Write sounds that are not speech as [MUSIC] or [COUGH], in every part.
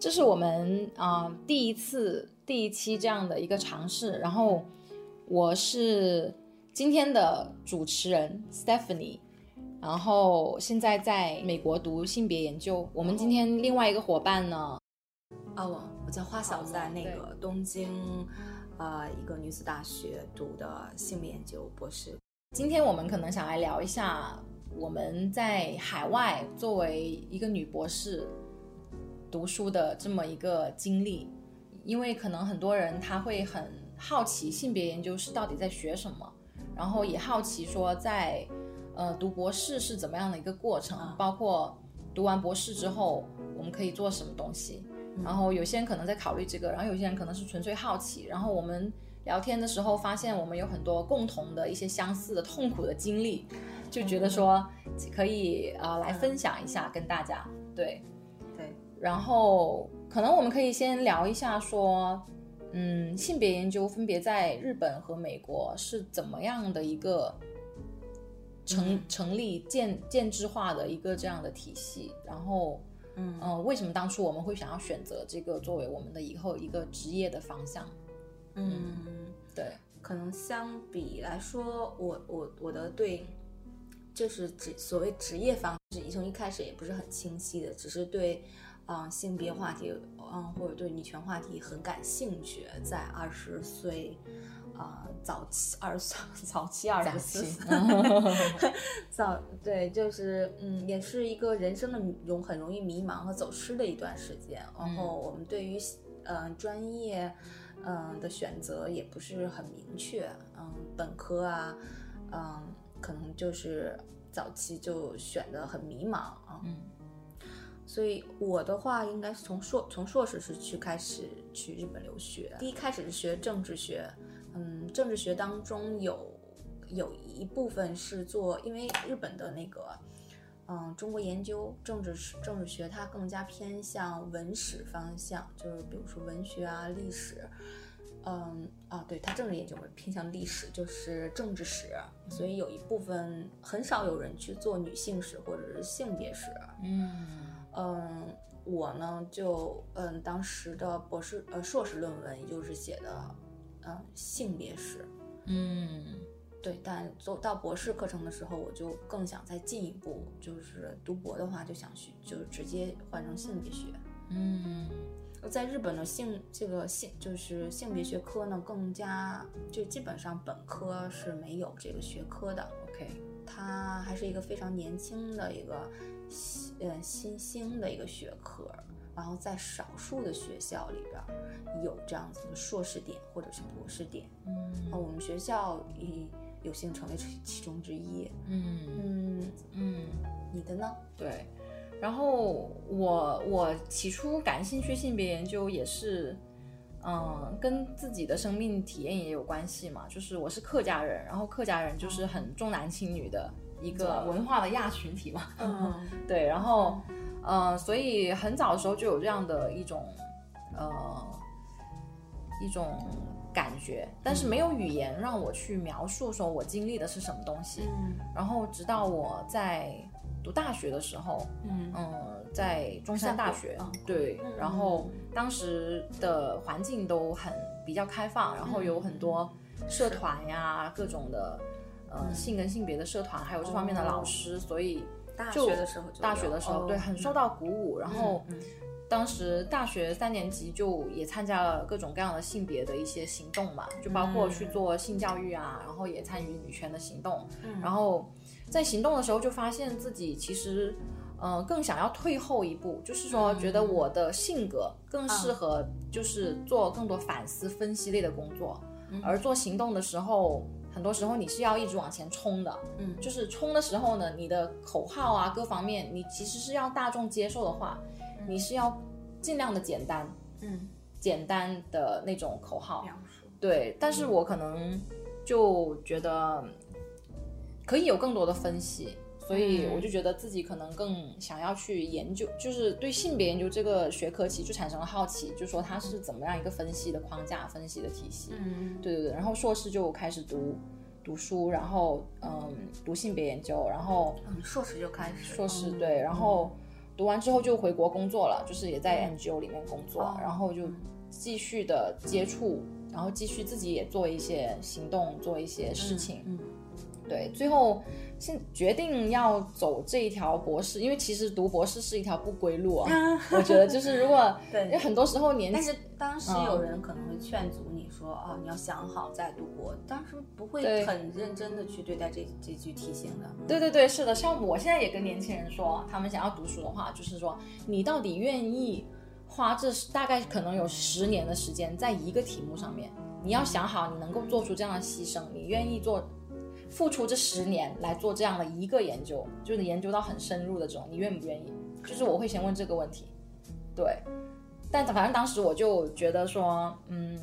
这是我们啊、呃第一次第一期这样的一个尝试。然后我是今天的主持人 Stephanie，然后现在在美国读性别研究。我们今天另外一个伙伴呢，啊，我我叫花嫂子，在那个东京，呃，一个女子大学读的性别研究博士。今天我们可能想来聊一下我们在海外作为一个女博士读书的这么一个经历，因为可能很多人他会很好奇性别研究是到底在学什么，然后也好奇说在呃读博士是怎么样的一个过程啊，包括读完博士之后我们可以做什么东西。然后有些人可能在考虑这个，然后有些人可能是纯粹好奇。然后我们聊天的时候发现，我们有很多共同的一些相似的痛苦的经历，就觉得说可以啊、呃来分享一下跟大家。对，对，然后可能我们可以先聊一下说，嗯，性别研究分别在日本和美国是怎么样的一个成、嗯成立建建制化的一个这样的体系，然后。嗯嗯，为什么当初我们会想要选择这个作为我们的以后一个职业的方向？嗯，对，可能相比来说，我我我的对，就是职所谓职业方式，从一开始也不是很清晰的，只是对，嗯、性别话题，嗯、或者对女权话题很感兴趣，在二十岁。啊、早期二十早期二十四岁， [LAUGHS] 早对，就是嗯，也是一个人生的容很容易迷茫和走失的一段时间。然后我们对于呃专业嗯、的选择也不是很明确，嗯、本科啊，嗯、可能就是早期就选的很迷茫啊。嗯所以我的话应该是从硕从硕士时去开始去日本留学，第一开始是学政治学，嗯，政治学当中有有一部分是做，因为日本的那个。嗯，中国研究政治史政治学，它更加偏向文史方向，就是比如说文学啊、历史，嗯啊，对，它政治研究偏向历史，就是政治史，所以有一部分很少有人去做女性史或者是性别史，嗯嗯，我呢就嗯当时的博士呃硕士论文，也就是写的嗯性别史。嗯对，但做到博士课程的时候，我就更想再进一步，就是读博的话，就想去就直接换成性别学。呃嗯在日本的性这个性就是性别学科呢，更加就基本上本科是没有这个学科的， ，OK，它还是一个非常年轻的一个新呃新兴的一个学科，然后在少数的学校里边儿有这样子的硕士点或者是博士点，嗯啊，我们学校也有幸成为其其中之一。嗯嗯，嗯，你的呢？对。然后我我起初感兴趣性别研究也是，嗯，跟自己的生命体验也有关系嘛。就是我是客家人，然后客家人就是很重男轻女的一个文化的亚群体嘛。 [LAUGHS] 嗯对，然后，呃，所以很早的时候就有这样的一种，呃，一种感觉，但是没有语言让我去描述说我经历的是什么东西。嗯然后直到我在读大学的时候，嗯嗯、在中山大学上过，对嗯，然后当时的环境都很比较开放，然嗯后有很多社团呀，各种的。嗯呃，性跟性别的社团，还有这方面的老师，所以大就学的时候就大学有的时候，哦对，很受到鼓舞。然后嗯当时大学三年级就也参加了各种各样的性别的一些行动嘛，就包括去做性教育啊，然后也参与女权的行动。然后在行动的时候，就发现自己其实。呃，更想要退后一步，就是说，觉得我的性格更适合，就是做更多反思、分析类的工作。而做行动的时候，很多时候你是要一直往前冲的，嗯就是冲的时候呢，你的口号啊各方面，你其实是要大众接受的话，你是要尽量的简单，嗯，简单的那种口号。描述对，但是我可能就觉得可以有更多的分析，所以嗯我就觉得自己可能更想要去研究，就是对性别研究这个学科其实就产生了好奇，就说它是怎么样一个分析的框架、分析的体系。嗯对对对，然后硕士就开始读读书，然后嗯读性别研究，然后嗯，硕士就开始硕士嗯对，然后读完之后就回国工作了，就是也在 NGO 里面工作，哦然后嗯就继续的接触，然后继续自己也做一些行动，做一些事情。嗯，对，最后现决定要走这一条博士，因为其实读博士是一条不归路 [LAUGHS] 啊。嗯我觉得就是如果，因为对。很多时候年但纪是当时有嗯人可能会劝阻你说啊，你要想好再读博。当时不对会很认真的去对待这这句提醒的。对对对，是的，像我现在也跟年轻人说，他们想要读书的话，就是说你到底愿意花这大概可能有十年的时间在一个题目上面，你要想好你能够做出这样的牺牲，你愿意做付出这十年来做这样的一个研究，就是你研究到很深入的这种，你愿不愿意？就是我会先问这个问题，对。但反正当时我就觉得说，嗯，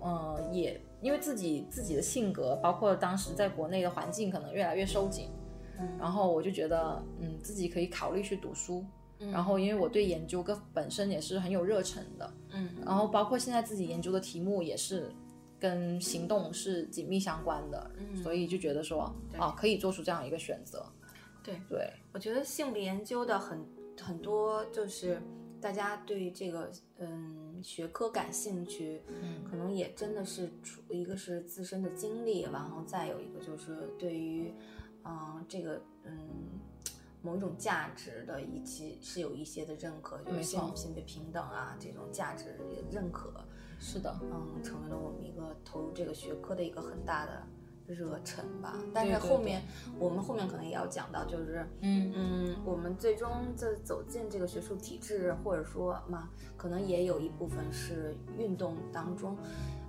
呃，也因为自己自己的性格，包括当时在国内的环境可能越来越收紧，嗯然后我就觉得，嗯，自己可以考虑去读书。然后，因为我对研究个本身也是很有热忱的，嗯，然后包括现在自己研究的题目也是跟行动是紧密相关的，嗯，所以就觉得说，啊，可以做出这样一个选择，对对，我觉得性别研究的很很多就是大家对这个嗯学科感兴趣，嗯可能也真的是出一个是自身的经历，然后再有一个就是对于嗯、呃这个嗯某一种价值的以及是有一些的认可，就是没性错性别平等啊这种价值的认可，是的，嗯，成为了我们一个投入这个学科的一个很大的热忱吧。但是对对后面我们后面可能也要讲到，就是嗯，嗯，我们最终这走进这个学术体制，或者说嘛，可能也有一部分是运动当中，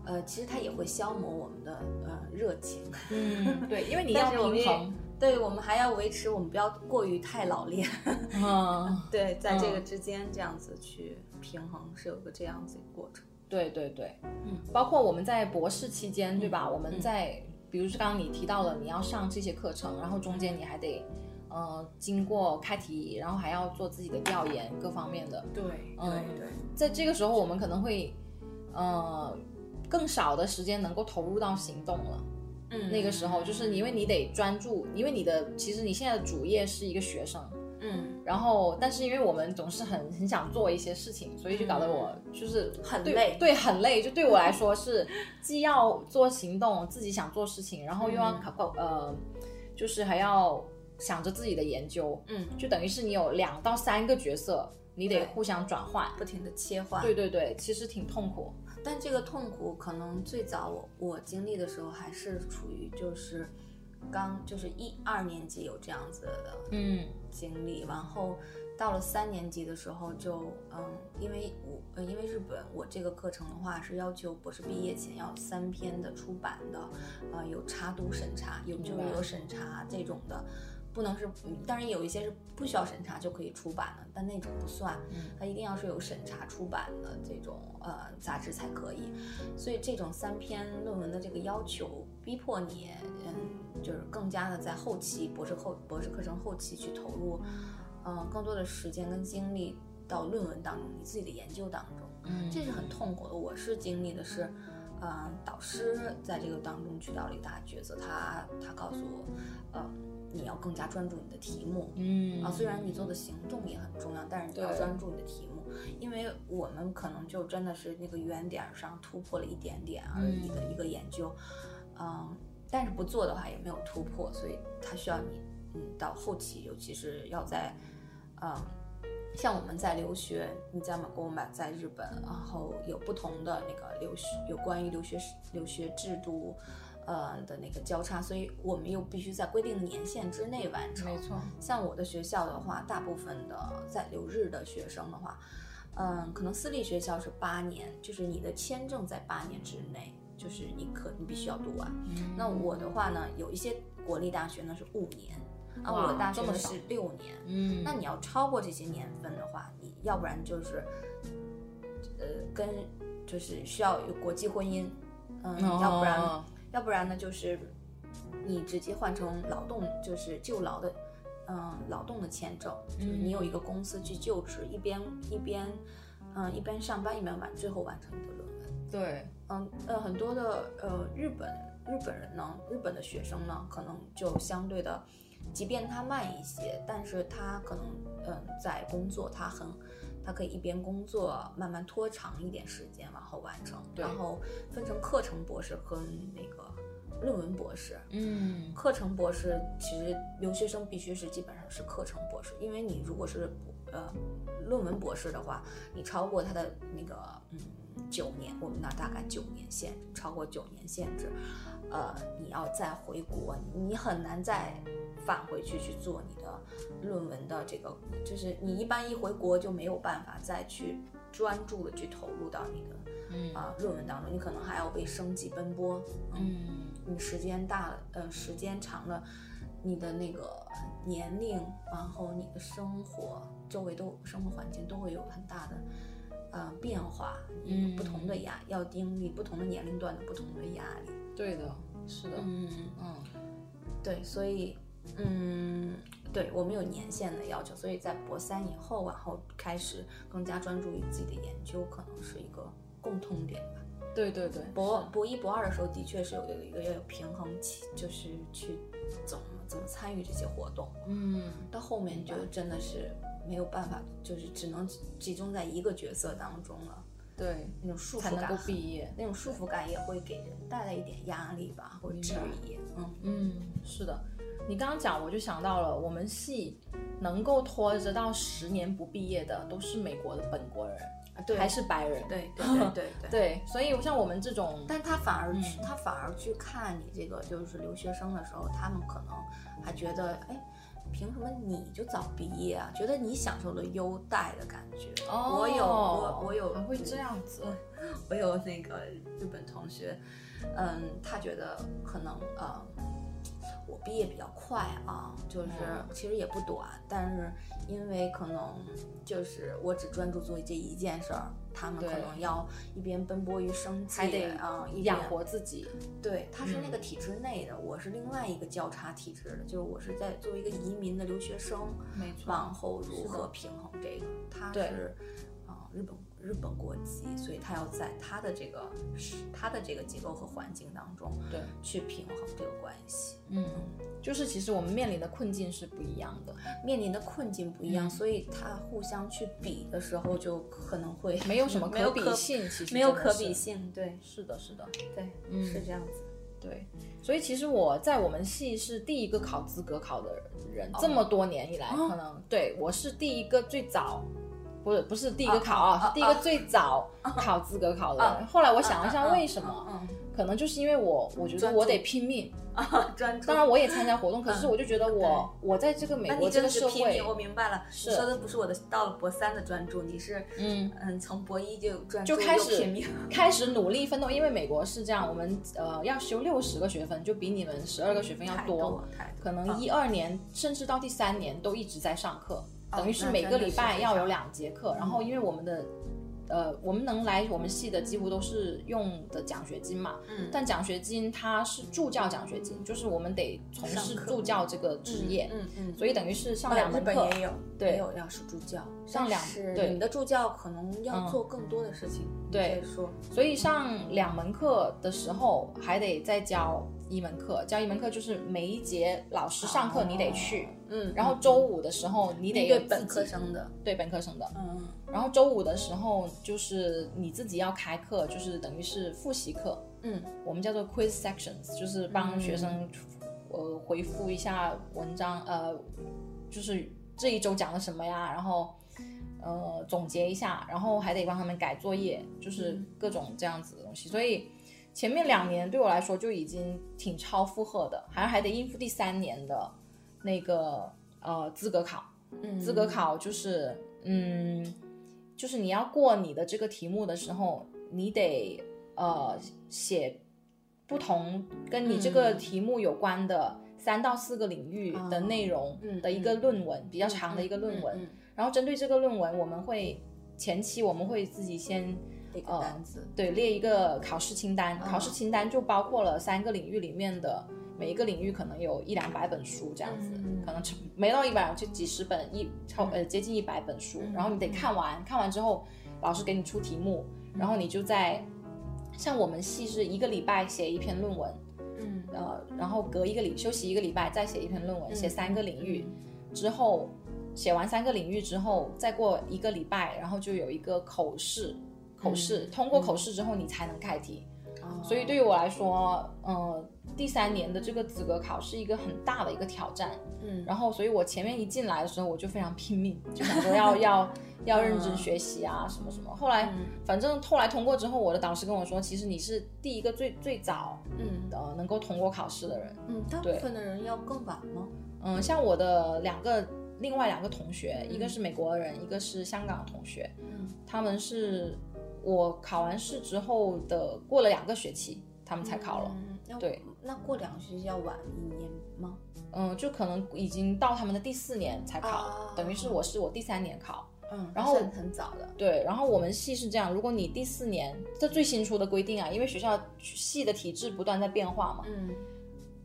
呃，其实它也会消磨我们的呃热情。 [LAUGHS] 嗯，对，因为你但要是我们平也衡，对我们还要维持，我们不要过于太老练。 [LAUGHS] 嗯，对，在这个嗯之间这样子去平衡，是有个这样子的过程。对对对，嗯，包括我们在博士期间，对吧？我们嗯在，比如说刚刚你提到了你要上这些课程，然后中间你还得，呃，经过开题，然后还要做自己的调研，各方面的。对嗯对对，在这个时候，我们可能会，呃，更少的时间能够投入到行动了。嗯那个时候，就是你因为你得专注，因为你的其实你现在的主业是一个学生，嗯然后，但是因为我们总是很很想做一些事情，所以就搞得我嗯就是很对累嗯对，很累。就对我来说是既要做行动，自己想做事情，然后又要嗯考考呃，就是还要想着自己的研究，嗯，就等于是你有两到三个角色，你得对互相转换。不停的切换。对对对，其实挺痛苦。但这个痛苦可能最早我我经历的时候还是处于就是刚就是一二年级有这样子的嗯经历，然后到了三年级的时候就嗯，因为我呃因为日本我这个课程的话是要求博士毕业前要有三篇的出版的，呃有查读审查，有就明是白有审查这种的。不能是，嗯当然有一些是不需要审查就可以出版的，但那种不算。嗯它一定要是有审查出版的这种呃杂志才可以，所以这种三篇论文的这个要求，逼迫你，嗯，就是更加的在后期博士后博士课程后期去投入，嗯、更多的时间跟精力到论文当中，你自己的研究当中，嗯，这是很痛苦的。我是经历的是，嗯、导师在这个当中起到了一大角色，他他告诉我，呃，你要更加专注你的题目，嗯啊，虽然你做的行动也很重要，但是你要对专注你的题目，因为我们可能就真的是那个原点儿上突破了一点点而已的一个研究，嗯，但是不做的话也没有突破，所以它需要你，嗯，到后期，尤其是要在，嗯。像我们在留学，你在美国，我们在日本，然后有不同的那个留学，有关于留学留学制度，呃的那个交叉，所以我们又必须在规定的年限之内完成。没错，像我的学校的话，大部分的在留日的学生的话，嗯，可能私立学校是八年，就是你的签证在八年之内，就是你可你必须要读完。那我的话呢，有一些国立大学呢是五年，啊，哇我的大学这么呢少是六年。嗯，那你要超过这些年份的话，你要不然就是，呃，跟就是需要有国际婚姻，嗯，要不然哦要不然呢就是你直接换成劳动，就是就劳的，嗯，劳动的签证，就是你有一个公司去就职，一边一边，嗯，一边上班一边完，最后完成你的论文。对，嗯呃，很多的呃日本日本人呢，日本的学生呢，可能就相对的即便它慢一些，但是它可能嗯在工作，它很它可以一边工作慢慢拖长一点时间往后完成，对然后分成课程博士跟那个论文博士。嗯，课程博士其实留学生必须是基本上是课程博士，因为你如果是呃论文博士的话，你超过他的那个嗯九年，我们那大概九年限制，超过九年限制，呃，你要再回国，你很难再返回去去做你的论文的这个，就是你一般一回国就没有办法再去专注的去投入到你的嗯啊、论文当中，你可能还要为生计奔波，嗯，你时间大了，呃，时间长了，你的那个年龄，然后你的生活周围都生活环境都会有很大的呃变化，你有不同的压要经历不同的年龄段的不同的压力。对的，是的，嗯，嗯对，所以嗯，对我们有年限的要求，所以在博三以后，然后开始更加专注于自己的研究，可能是一个共通点吧。对对对，博是博一博二的时候，的确是有一个要有平衡期，就是去怎么怎么参与这些活动。嗯，到后面就真的是没有办法，就是只能集中在一个角色当中了，对，那种束才缚能感够，毕业。那种束缚感也会给人带来一点压力吧，或者质疑。嗯，嗯，是的，你刚刚讲我就想到了，我们系能够拖着到十年不毕业的，都是美国的本国人，对还是白人，啊对 [LAUGHS] 对对对对。嗯对，所以像我们这种，但他反而去，他反而去看你这个就是留学生的时候，他们可能还觉得，哎，凭什么你就早毕业啊？觉得你享受了优待的感觉。哦我有我我有嗯还会这样子，我有那个日本同学，嗯，他觉得可能呃，我毕业比较快啊，就是嗯其实也不短，但是因为可能就是我只专注做这一件事儿，他们对可能要一边奔波于生计，还得啊、一边养活自己，对，他是那嗯个体制内的，我是另外一个交叉体制的，就是我是在作为一个移民的留学生，没往后如是何的平衡这个？他对是啊、日本日本国籍，所以他要在他的这个是他的这个结构和环境当中对，去平衡这个关系。嗯，就是其实我们面临的困境是不一样的，面临的困境不一样，嗯所以他互相去比的时候，就可能会没有什么 [LAUGHS] 没有可比性，其实没有真的可是比，性。对是的，是的，对，嗯是这样子。对，所以其实我在我们系是第一个考资格考的人，这么多年以来，哦可能对我是第一个最早，不是不是第一个考啊啊啊，啊是第一个最早考资格考的啊人。后来我想了一下，为什么？嗯，可能就是因为我我觉得专注我得拼命，嗯专注。当然我也参加活动，可是我就觉得我我在这个美那国你这真个的是社拼会命，，我明白了。你是说的不是我的，到了博三的专注，你是嗯，嗯，从博一就专注就开又始拼命。开始努力奋斗，因为美国是这样，我们呃要修六十个学分，就比你们十二个学分要太多了，太多嗯可能一二年甚至到第三年都一直在上课，哦等于是那每真个的礼是拜非要有常嗯两节课。然后因为我们的，呃，我们能来我们系的几乎都是用的奖学金嘛，嗯但奖学金它是助教奖学金，就是我们得从上事课助教这个职业，嗯嗯，所以等于是上哦两日门本课。也有，对也有要是助教，上但两是对你的助教可能要嗯做更多的事情。你对可以说所以上两门课的时候还得再教一门课，教一门课就是每一节老师上哦课你得去，嗯，然后周五的时候你得面有对自本科己生的，对本科生的，嗯，然后周五的时候就是你自己要开课，就是等于是复习课，嗯，我们叫做 quiz sections，就是帮嗯学生呃回复一下文章，呃，就是这一周讲了什么呀，然后呃总结一下，然后还得帮他们改作业，就是各种这样子的东西。所以前面两年对我来说就已经挺超负荷的，还还得应付第三年的那个呃资格考。嗯资格考就是，嗯，就是你要过你的这个题目的时候，你得呃写不同跟你这个嗯题目有关的三到四个领域的内容嗯的一个论文，比较长的一个论文。，然后针对这个论文，我们会前期我们会自己先这哦个单词，对列一个考试清单，嗯考试清单就包括了三个领域里面的每一个领域可能有一两百本书这样子，嗯可能超没到一百就几十本，一超呃接近一百本书，嗯然后你得看完，看完之后老师给你出题目，然后你就在像我们系是一个礼拜写一篇论文，嗯呃，然后隔一个礼休息一个礼拜，再写一篇论文，写三个嗯领域，之后写完三个领域之后，再过一个礼拜，然后就有一个口试，口试、通过口试之后，你才能开题。哦所以对于我来说，嗯、第三年的这个资格考是一个很大的一个挑战。嗯，然后所以我前面一进来的时候，我就非常拼命，就想说要要要认真嗯学习啊，什么什么。后来、反正后来通过之后，我的导师跟我说，其实你是第一个最最早嗯呃能够通过考试的人。嗯，大部对分的人要更晚吗？嗯，像我的两个另外两个同学，一个是美国人，一个是香港同学，嗯他们是我考完试之后的过了两个学期，他们才考了。嗯，要对，那过两个学期要晚一年吗？嗯，就可能已经到他们的第四年才考，啊等于是我是我第三年考。嗯，然后还是很很早的，对，然后我们系是这样，如果你第四年，这最新出的规定啊，因为学校系的体制不断在变化嘛，嗯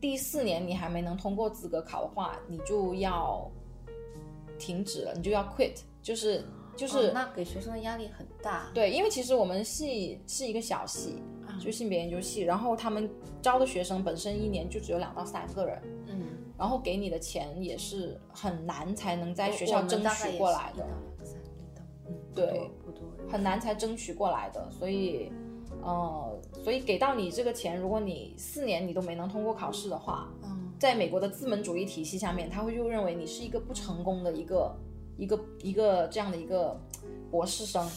第四年你还没能通过资格考的话，你就要停止了，你就要 quit，就是就是、哦那给学生的压力很大，对，因为其实我们系是一个小系，啊就性别研究系，然后他们招的学生本身一年就只有两到三个人，嗯，然后给你的钱也是很难才能在我学校我们争大概也取过是来一的到，两个三一到嗯，不对多不多，很难才争取过来的，所以。呃，所以给到你这个钱，如果你四年你都没能通过考试的话，嗯在美国的资本主义体系下面，他会就认为你是一个不成功的一个一个一个这样的一个博士生，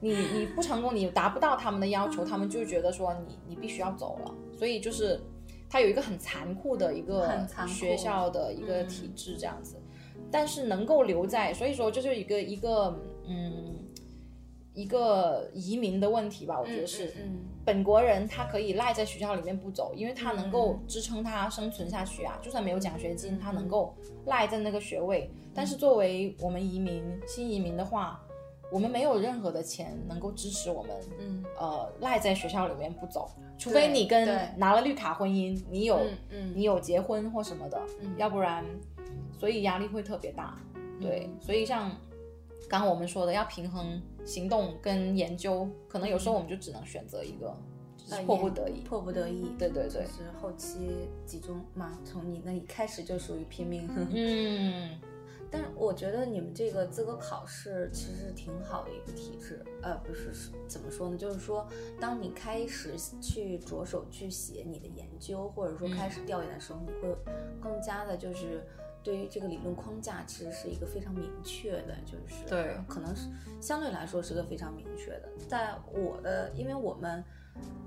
你你不成功，你达不到他们的要求，他们就觉得说你你必须要走了，所以就是他有一个很残酷的一个很残酷嗯学校的一个体制这样子，但是能够留在，所以说这就是一个一个嗯一个移民的问题吧，我觉得是，嗯本国人他可以赖在学校里面不走，因为他能嗯够支撑他生存下去啊，就算没有奖学金，他能够赖在那个学位。但是作为我们移民新移民的话，我们没有任何的钱能够支持我们，嗯呃，赖在学校里面不走，除非你跟对拿了绿卡婚姻，你有嗯嗯你有结婚或什么的，嗯要不然，所以压力会特别大。对，嗯所以像刚我们说的，要平衡行动跟研究，可能有时候我们就只能选择一个，就是呃迫不也得已。迫不得已，对对对就是后期集中嘛，从你那里开始就属于拼命。嗯，但是我觉得你们这个资格考试其实是挺好的一个体制，呃，不是是怎么说呢？就是说，当你开始去着手去写你的研究，或者说开始调研的时候，你会更加的就是。对于这个理论框架，其实是一个非常明确的，就是对可能是相对来说是个非常明确的。在我的，因为我们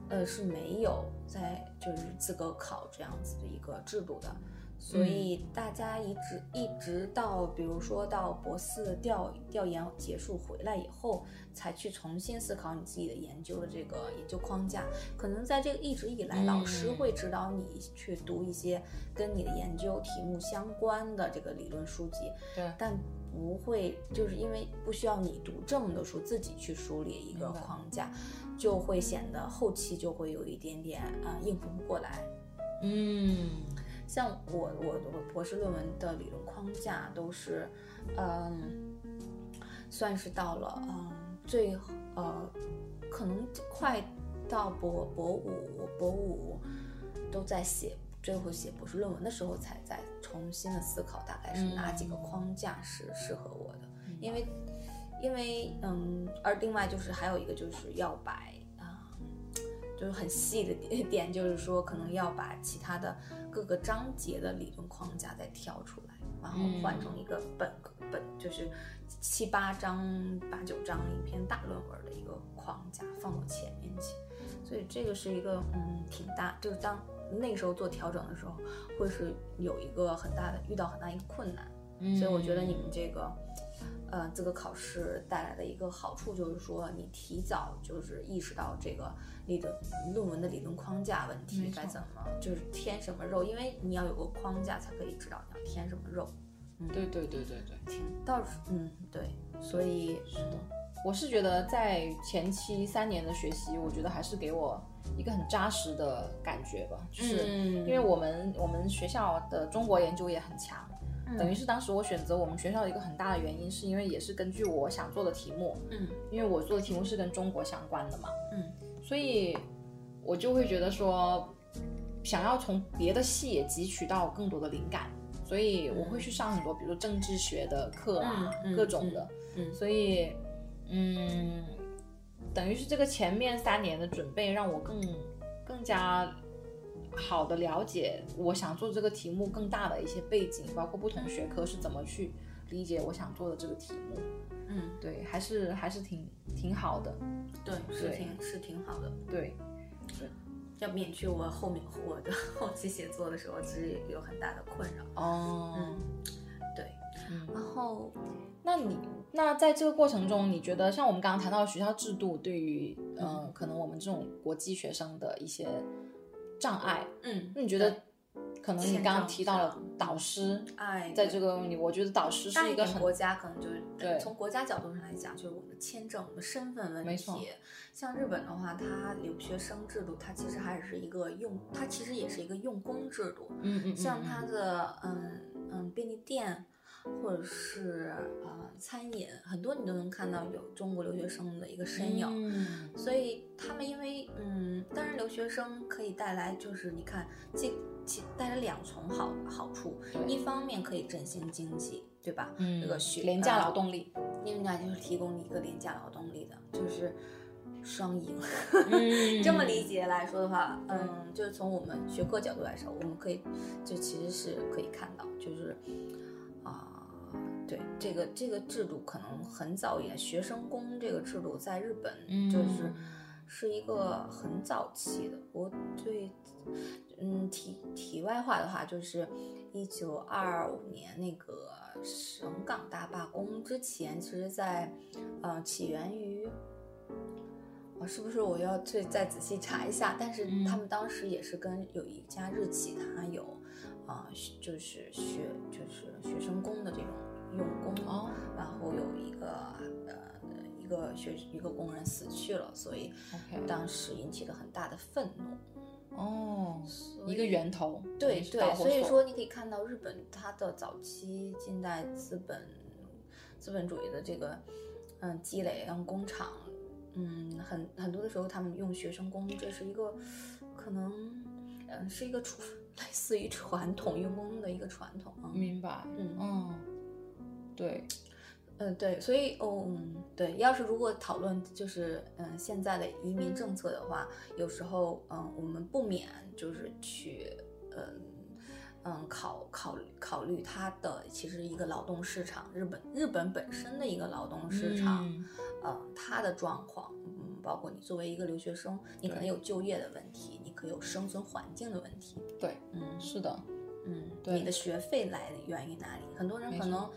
呃是没有在就是资格考这样子的一个制度的，嗯所以大家一直一直到比如说到博四调调研结束回来以后，才去重新思考你自己的研究的这个研究框架。可能在这个一直以来，嗯老师会指导你去读一些跟你的研究题目相关的这个理论书籍，对，但不会，就是因为不需要你读这么多书，自己去梳理一个明白框架，就会显得后期就会有一点点啊、呃应付不过来。嗯，像我我我博士论文的理论框架都是，嗯，算是到了嗯最后呃，可能快到博博五博五都在写最后写博士论文的时候，才在重新的思考大概是哪几个框架是适合我的，嗯因为因为嗯，而另外就是还有一个就是要把啊、就是很细的点点，就是说可能要把其他的各个章节的理论框架再挑出来，然后嗯换成一个本、本就是七八章八九章一篇大论文的一个框架放到前面去，所以这个是一个嗯挺大，就是当那个时候做调整的时候，会是有一个很大的遇到很大一个困难。嗯所以我觉得你们这个，呃，资格考试带来的一个好处就是说，你提早就是意识到这个理论论文的理论框架问嗯没题错该怎么就是添什么肉，因为你要有个框架才可以知道你要添什么肉。对对对对对，到时嗯对，所以是的。我是觉得在前期三年的学习，我觉得还是给我一个很扎实的感觉吧，就是。因嗯为我们我们学校的中国研究也很强，等嗯于是当时我选择我们学校的一个很大的原因，是因为也是根据我想做的题目，嗯因为我做的题目是跟中国相关的嘛，嗯所以我就会觉得说，想要从别的系也汲取到更多的灵感，所以我会去上很多，比如政治学的课啊，嗯嗯各种的。嗯嗯所以，嗯，等于是这个前面三年的准备，让我更更加好的了解我想做这个题目更大的一些背景，包括不同学科是怎么去理解我想做的这个题目。嗯，对，还是还是挺挺好的。对，是对挺是挺好的。对，要免去我后面我的 [LAUGHS] 后期写作的时候，其实有很大的困扰。哦，对，嗯然后那你那在这个过程中，你觉得像我们刚刚谈到的学校制度对于呃，嗯可能我们这种国际学生的一些障碍，嗯，那你觉得对可能你刚刚提到了导师哎，在对这个问题，我觉得导师大是一一个点很国家可能就是对从国家角度上来讲，就是我们的签证、我们的身份问没错题。像日本的话，它留学生制度，它其实还是一个用，它其实也是一个用工制度。嗯嗯嗯像嗯它的嗯嗯便利店，或者是呃餐饮，很多你都能看到有中国留学生的一个身影。嗯所以他们因为嗯，当然留学生可以带来就是你看，既其带来两重好好处，一方面可以振兴经济，对吧？嗯这个学呃廉价劳，动力，另外就是提供一个廉价劳动力的，就是 [LAUGHS] 双赢。嗯 [LAUGHS] 这么理解来说的话，嗯，就是从我们学科角度来说，我们可以就其实是可以看到，就是啊、对这个这个制度可能很早以来，学生工这个制度在日本嗯就是、是一个很早期的。我对，嗯，题题外话的话，就是一九二五年那个省港大罢工之前，其实在呃起源于。哦，是不是我要去再仔细查一下？但是嗯他们当时也是跟有一家日企，它有，啊、学就是学就是学生工的这种用工，哦然后有一个呃一个学一个工人死去了，所以 OK 当时引起了很大的愤怒。哦，所一个以源头，对是嗯导对，火所以索说你可以看到日本它的早期近代资本资本主义的这个嗯积累，让工厂嗯很很多的时候他们用学生工，这是一个可能嗯是一个传 [LAUGHS] 类似于传统用工的一个传统啊。明白，嗯嗯，对，嗯，对，所以，哦嗯，对，要是如果讨论就是，嗯，现在的移民政策的话，有时候，嗯，我们不免就是去，嗯，嗯，考考虑考虑它的其实一个劳动市场，日本日本本身的一个劳动市场，嗯呃，它的状况，嗯，包括你作为一个留学生，你可能对有就业的问题，你可以有生存环境的问题，对，嗯，是的，嗯，对你的学费来源于哪里？很多人没可错能，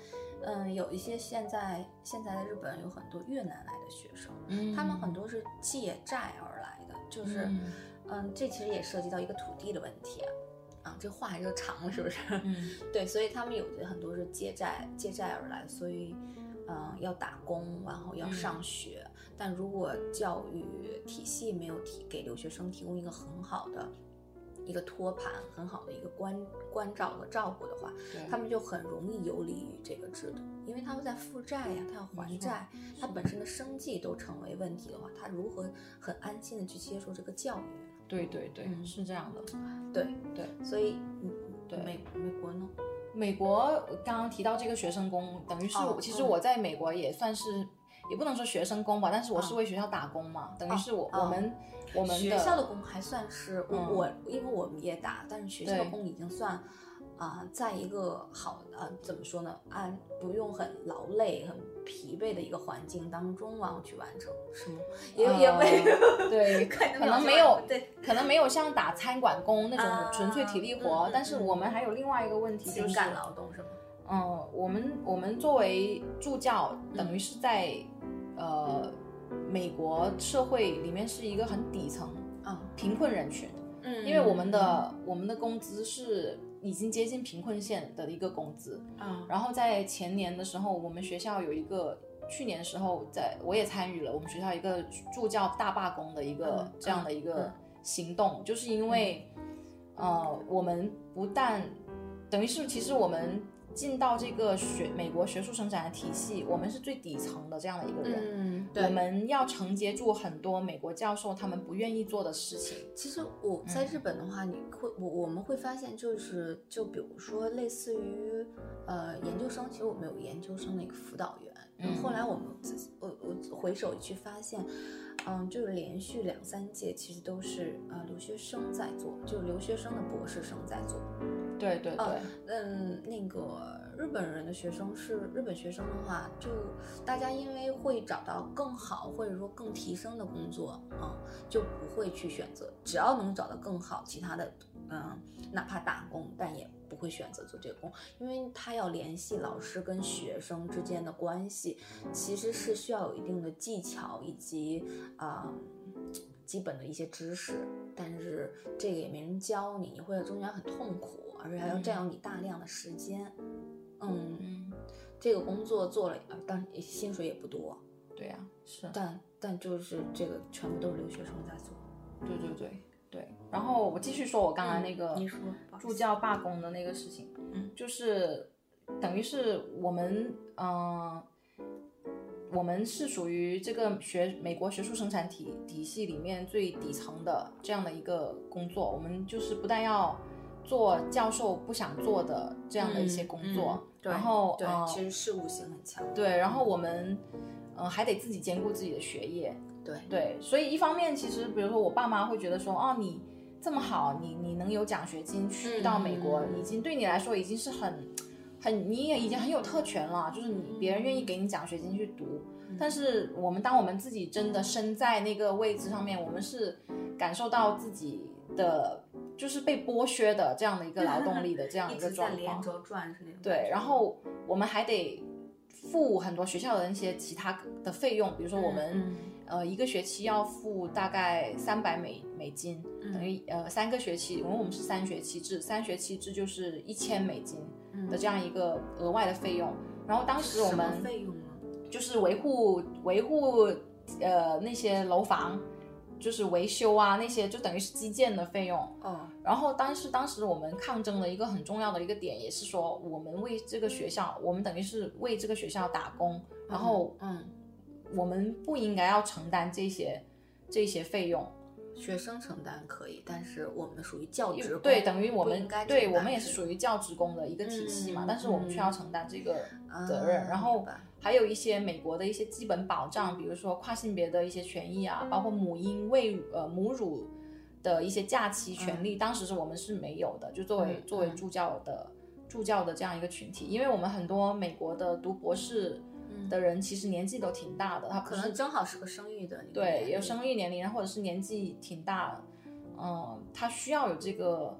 嗯，有一些现在现在的日本有很多越南来的学生，嗯，他们很多是借债而来的，就是，嗯嗯这其实也涉及到一个土地的问题啊。啊，这话就长了，是不是？嗯对，所以他们有的很多是借债借债而来，所以，嗯、要打工，然后要嗯上学。但如果教育体系没有提给留学生提供一个很好的一个托盘，很好的一个关关照和照顾的话，对他们就很容易游离于这个制度，因为他们在负债呀、他要还没错债，他本身的生计都成为问题的话，他如何很安心的去接受这个教育？对对对，嗯是这样的。对对，所以，嗯，对美美国呢？美国刚刚提到这个学生工，等于是哦我其实嗯我在美国也算是，也不能说学生工吧，但是我是哦为学校打工嘛，等于是我哦我们我们学校的工还算是我、嗯我，因为我们也打，但是学校对工已经算啊、在一个好呃怎么说呢，按不用很劳累、很疲惫的一个环境当中，然后去完成，是吗？也、也没 [LAUGHS] 有，呃对，看着可能表情没有对，可能没有像打餐馆工那啊种纯粹体力活，嗯嗯但是嗯我们还有另外一个问题就情是，感劳动是吗？嗯，我们我们作为助教，等于是在、呃美国社会里面是一个很底层啊，贫困人群，嗯因为我们的我们的工资是已经接近贫困线的一个工资。啊，然后在前年的时候，我们学校有一个，去年的时候在我也参与了我们学校一个助教大罢工的一个、嗯这样的一嗯个行动，就是因为，呃，我们不但等于是其实我们进到这个学美国学术生产的体系，我们是最底层的这样的一个人。嗯，我们要承接住很多美国教授他们不愿意做的事情。其实我在日本的话，你会我我们会发现，就是就比如说类似于呃研究生，其实我们有研究生的一个辅导员。然后后来我们自己，我我回首去发现，嗯，就是连续两三届其实都是呃留学生在做，就是留学生的博士生在做。对对对，哦嗯，那个日本人的学生是日本学生的话，就大家因为会找到更好或者说更提升的工作，嗯，就不会去选择，只要能找到更好，其他的，嗯，哪怕打工，但也不会选择做这个工，因为他要联系老师跟学生之间的关系，其实是需要有一定的技巧以及啊、基本的一些知识，但是这个也没人教你，你会在中间很痛苦，而且还要占用你大量的时间。嗯，嗯，这个工作做了，呃当然薪水也不多，对呀、是，但但就是这个全部都是留学生在做。对对对对。然后我继续说我刚才那个、嗯你说不好意思助教罢工的那个事情，嗯，就是等于是我们，嗯、我们是属于这个学美国学术生产体体系里面最底层的这样的一个工作，我们就是不但要做教授不想做的这样的一些工作，嗯嗯对然后对，呃其实事务性很强。对，然后我们，嗯、还得自己兼顾自己的学业，对对，所以一方面其实，比如说我爸妈会觉得说，哦，你这么好，你你能有奖学金去到美国，嗯已经对你来说已经是很很，你也已经很有特权了，就是你嗯别人愿意给你奖学金去读。但是我们当我们自己真的身在那个位置上面，我们是感受到自己的就是被剥削的这样的一个劳动力的这样 [LAUGHS] 一个状况。轴转是那种。对，然后我们还得付很多学校的那些其他的费用，比如嗯说我们、呃一个学期要付大概三百美美金，嗯等于呃三个学期，因为我们是三学期制，三学期制就是一千美金的这样一个额外的费用。然后当时我们嗯费用呢？就是维护维护呃那些楼房，就是维修啊那些，就等于是基建的费用。哦，然后，但是当时我们抗争的一个很重要的一个点，也是说我们为这个学校，我们等于是为这个学校打工，然后嗯，我们不应该要承担这些这些费用。学生承担可以，但是我们属于教职工，对，等于我不们应该对承我担们也是这属于教职工的一个体系嘛，嗯但是我们却嗯要承担这个个责任。啊然后明白还有一些美国的一些基本保障，比如说跨性别的一些权益啊，嗯包括母婴喂呃母乳的一些假期权利，当时是我们是没有的，就作为、嗯作为嗯助教的助教的这样一个群体，因为我们很多美国的读博士嗯的人其实年纪都挺大的，他不可是能正好是个生育的那个年对，龄，有生育年龄，或者是年纪挺大，嗯，他需要有这个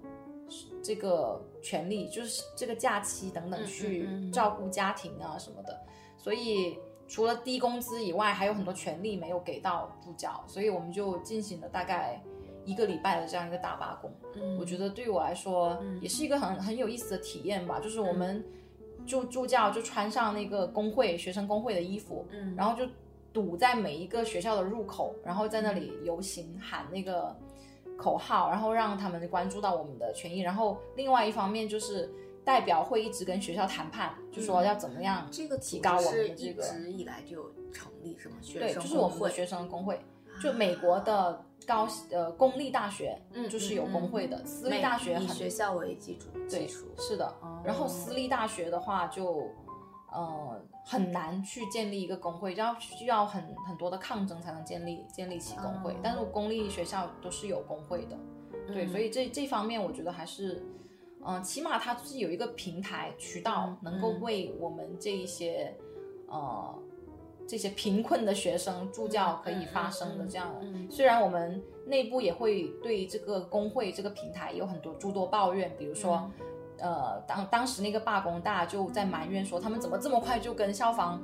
这个权利，就是这个假期等等嗯去嗯嗯照顾家庭啊什么的。所以除了低工资以外，还有很多权利没有给到助教，所以我们就进行了大概一个礼拜的这样一个大罢工。嗯，我觉得得对我来说嗯也是一个很很有意思的体验吧，就是我们就助教就穿上那个工会学生工会的衣服，嗯，然后就堵在每一个学校的入口，然后在那里游行喊那个口号，然后让他们关注到我们的权益。然后另外一方面就是代表会一直跟学校谈判，就说要怎么样，嗯这个体啊提高制我们是的这一个直以来就有成立，是吗？学对，生就是我工们的会啊学生工会，就美国的高呃公立大学嗯就是有工会的，私立大学以很学校为基础基对础，，是的。哦然后私立大学的话就。呃，很难去建立一个工会，要需要很很多的抗争才能建立建立起工会。哦嗯但是公立学校都是有工会的，对，所以这这方面我觉得还是，嗯、起码它是有一个平台渠道嗯，能够嗯为我们这一些，呃，这些贫困的学生助教可以发声的这样。嗯虽然我们内部也会对这个工会这个平台有很多诸多抱怨，比如嗯说，呃，当当时那个罢工，大家就在埋怨说，他们怎么这么快就跟校方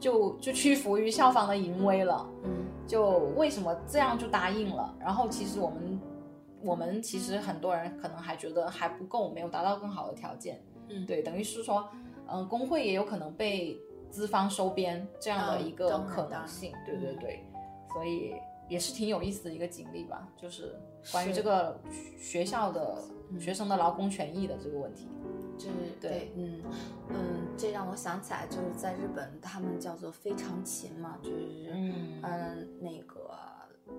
就就屈服于校方的淫威了，嗯就为什么这样就答应了？然后其实我们我们其实很多人可能还觉得还不够，没有达到更好的条件，嗯对，等于是说，嗯、工会也有可能被资方收编这样的嗯一个当然可当然能性，对对嗯对，所以也是挺有意思的一个经历吧，就是关于是嗯这个学校的学生的劳工权益的这个问题。这是对对，嗯嗯，这让我想起来，就是在日本，他们叫做非常勤嘛，就是嗯嗯那个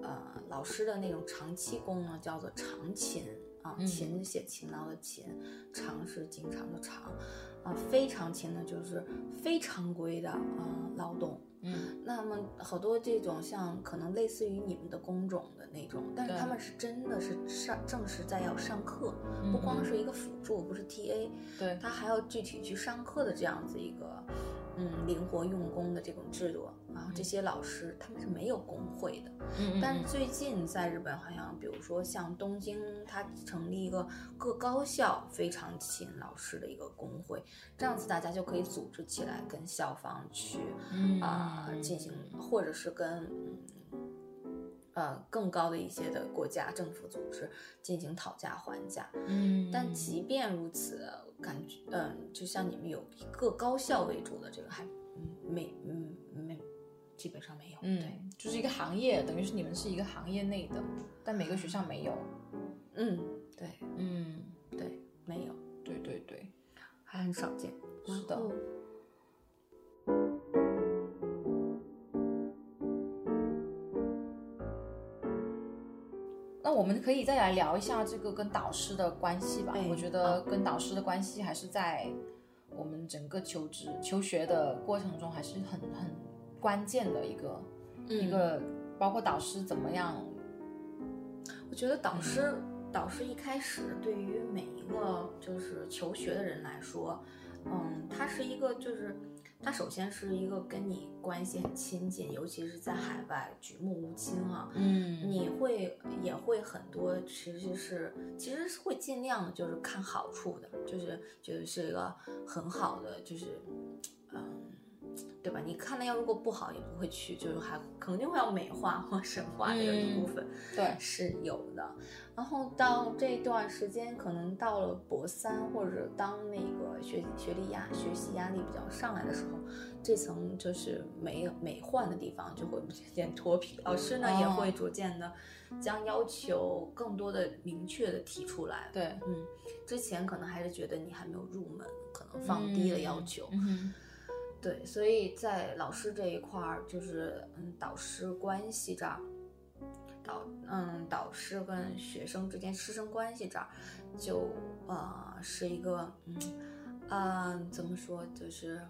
呃老师的那种长期工呢，叫做长勤啊，嗯勤是写勤劳的勤，长是经常的长，啊非常勤呢就是非常规的啊劳动。嗯那么好多这种像可能类似于你们的工种的那种，但是对嗯他们是真的是上正式在要上课，不光是一个辅助，不是 TA，对，他还要具体去上课的这样子一个，嗯，灵活用工的这种制度。然后这些老师他们是没有工会的，嗯但是最近在日本好像，比如说像东京，它成立一个各高校非常勤老师的一个工会，这样子大家就可以组织起来跟校方去嗯啊、进行，或者是跟嗯呃更高的一些的国家政府组织进行讨价还价。嗯，但即便如此，感觉嗯，就像你们有一个高校为主的这个还嗯没嗯没基本上没有，嗯对，，就是一个行业，等于是你们是一个行业内的，但每个学校没有，嗯对嗯，对没有，对对对，还很少见。是的然后那我们可以再来聊一下这个跟导师的关系吧。哎我觉得跟导师的关系还是在我们整个求职、求学的过程中，还是很很关键的一个、嗯一个，包括导师怎么样，我觉得导师、导师一开始对于每一个就是求学的人来说，嗯，他是一个就是他首先是一个跟你关系很亲近，尤其是在海外举目无亲啊，嗯你会也会很多，其实是其实是会尽量的，就是看好处的，就是觉得是一个很好的，就是嗯，对吧？你看了要如果不好也不会去，就是还肯定会要美化或神化的有一嗯部分、对，是有的。然后到这段时间，可能到了博三或者当那个学学历压学习压力比较上来的时候，这层就是美美换的地方就会逐渐脱皮。老师呢、哦也会逐渐的将要求更多的明确的提出来。对，嗯，之前可能还是觉得你还没有入门，可能放低了要求。嗯哼对，所以在老师这一块儿，就是嗯，导师关系这儿，导嗯，导师跟学生之间师生关系这儿，就呃是一个嗯呃怎么说，就是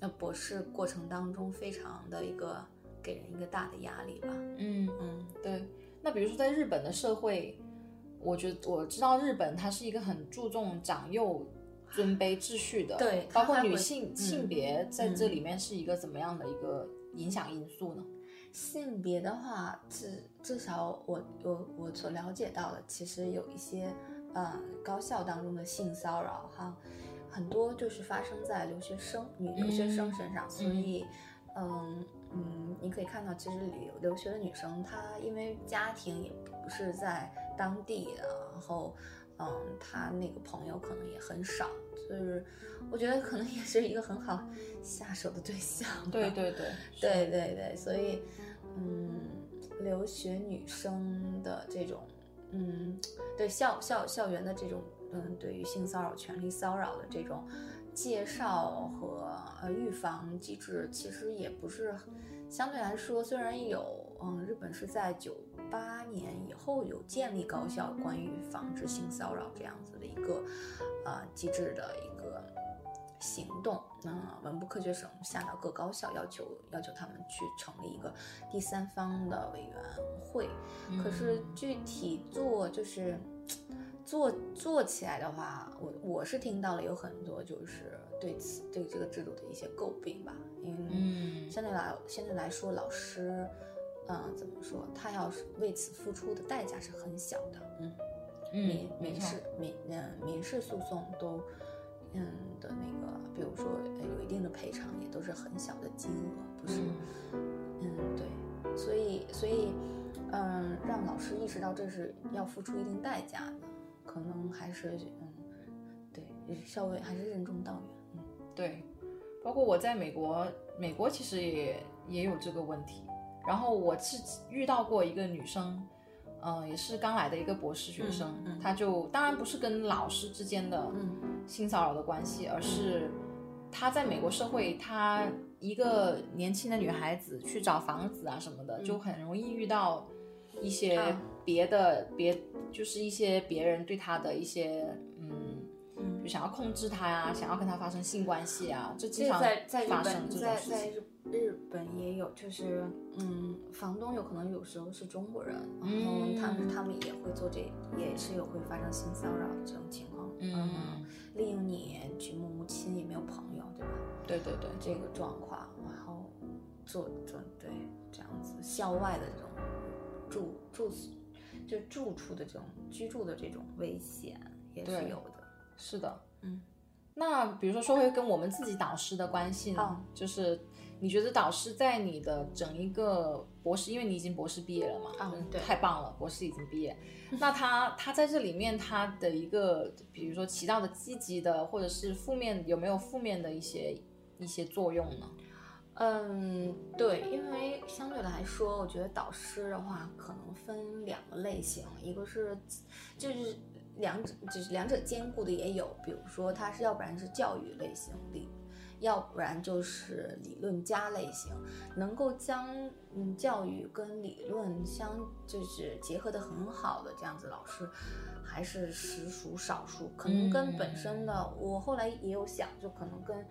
那博士过程当中非常的一个给人一个大的压力吧，嗯。嗯对，那比如说在日本的社会，我觉得我知道日本它是一个很注重长幼尊卑秩序的，对包它括还女会性、嗯性别在这嗯里面是一个怎么样的一个影响因素呢？性别的话，至至少我我我所了解到的，其实有一些，嗯，高校当中的性骚扰哈，很多就是发生在留学生女留学生身上，所以，嗯嗯，你可以看到，其实留留学的女生，她因为家庭也不是在当地的，然后，嗯，她那个朋友可能也很少，就是我觉得可能也是一个很好下手的对象吧，对对对对对对，所以，嗯，留学女生的这种，嗯，对校校校园的这种，嗯，对于性骚扰、权力骚扰的这种介绍和呃预防机制，其实也不是相对来说，虽然有，嗯，日本是在九八年以后有建立高校关于防止性骚扰这样子的一个呃机制的一个行动。那、文部科学省下到各高校要求要求他们去成立一个第三方的委员会，嗯可是具体做就是。做做起来的话，我我是听到了有很多就是对此对这个制度的一些诟病吧，因为嗯相对来相对来说，老师，嗯、怎么说，他要是为此付出的代价是很小的。嗯，民嗯，没民错事，民嗯民事诉讼都，嗯的那个，比如说呃有一定的赔偿，也都是很小的金额，不是，嗯嗯对，所以所以，嗯，让老师意识到这是要付出一定代价的，可能还是嗯，对，稍微还是任重道远。嗯对，包括我在美国，美国其实也也有这个问题。然后我是遇到过一个女生，呃嗯、也是刚来的一个博士学生，嗯嗯她就当然不是跟老师之间的嗯性骚扰的关系，而是她在美国社会，她一个年轻的女孩子去找房子啊什么的，就很容易遇到一些啊别的、别，就是一些别人对她的一些嗯。就想要控制她呀、想要跟她发生性关系啊，这其经实常在在日发生本，这在种事在情。日日本也有，就是嗯，房东有可能有时候是中国人，然后嗯他们他们也会做这，也是有会发生性骚扰这种情况，嗯，利用你举目无亲，也没有朋友，对吧？对对对，这个状况，然后做做对这样子校外的这种住住宿，就住处的这种居住的这种危险也是对有的，是的，嗯。那比如说，说回跟我们自己导师的关系呢，嗯就是你觉得导师在你的整一个博士，因为你已经博士毕业了嘛，嗯真的对太棒了，博士已经毕业。那他他在这里面他的一个，比如说起到的积极的，或者是负面，有没有负面的一些一些作用呢？嗯，对，因为相对来说，我觉得导师的话可能分两个类型，一个是就是两者就是两者兼顾的也有，比如说他是要不然是教育类型理，要不然就是理论家类型，能够将嗯教育跟理论相就是结合的很好的这样子老师，还是实属少数，可能跟本身的、我后来也有想，就可能跟。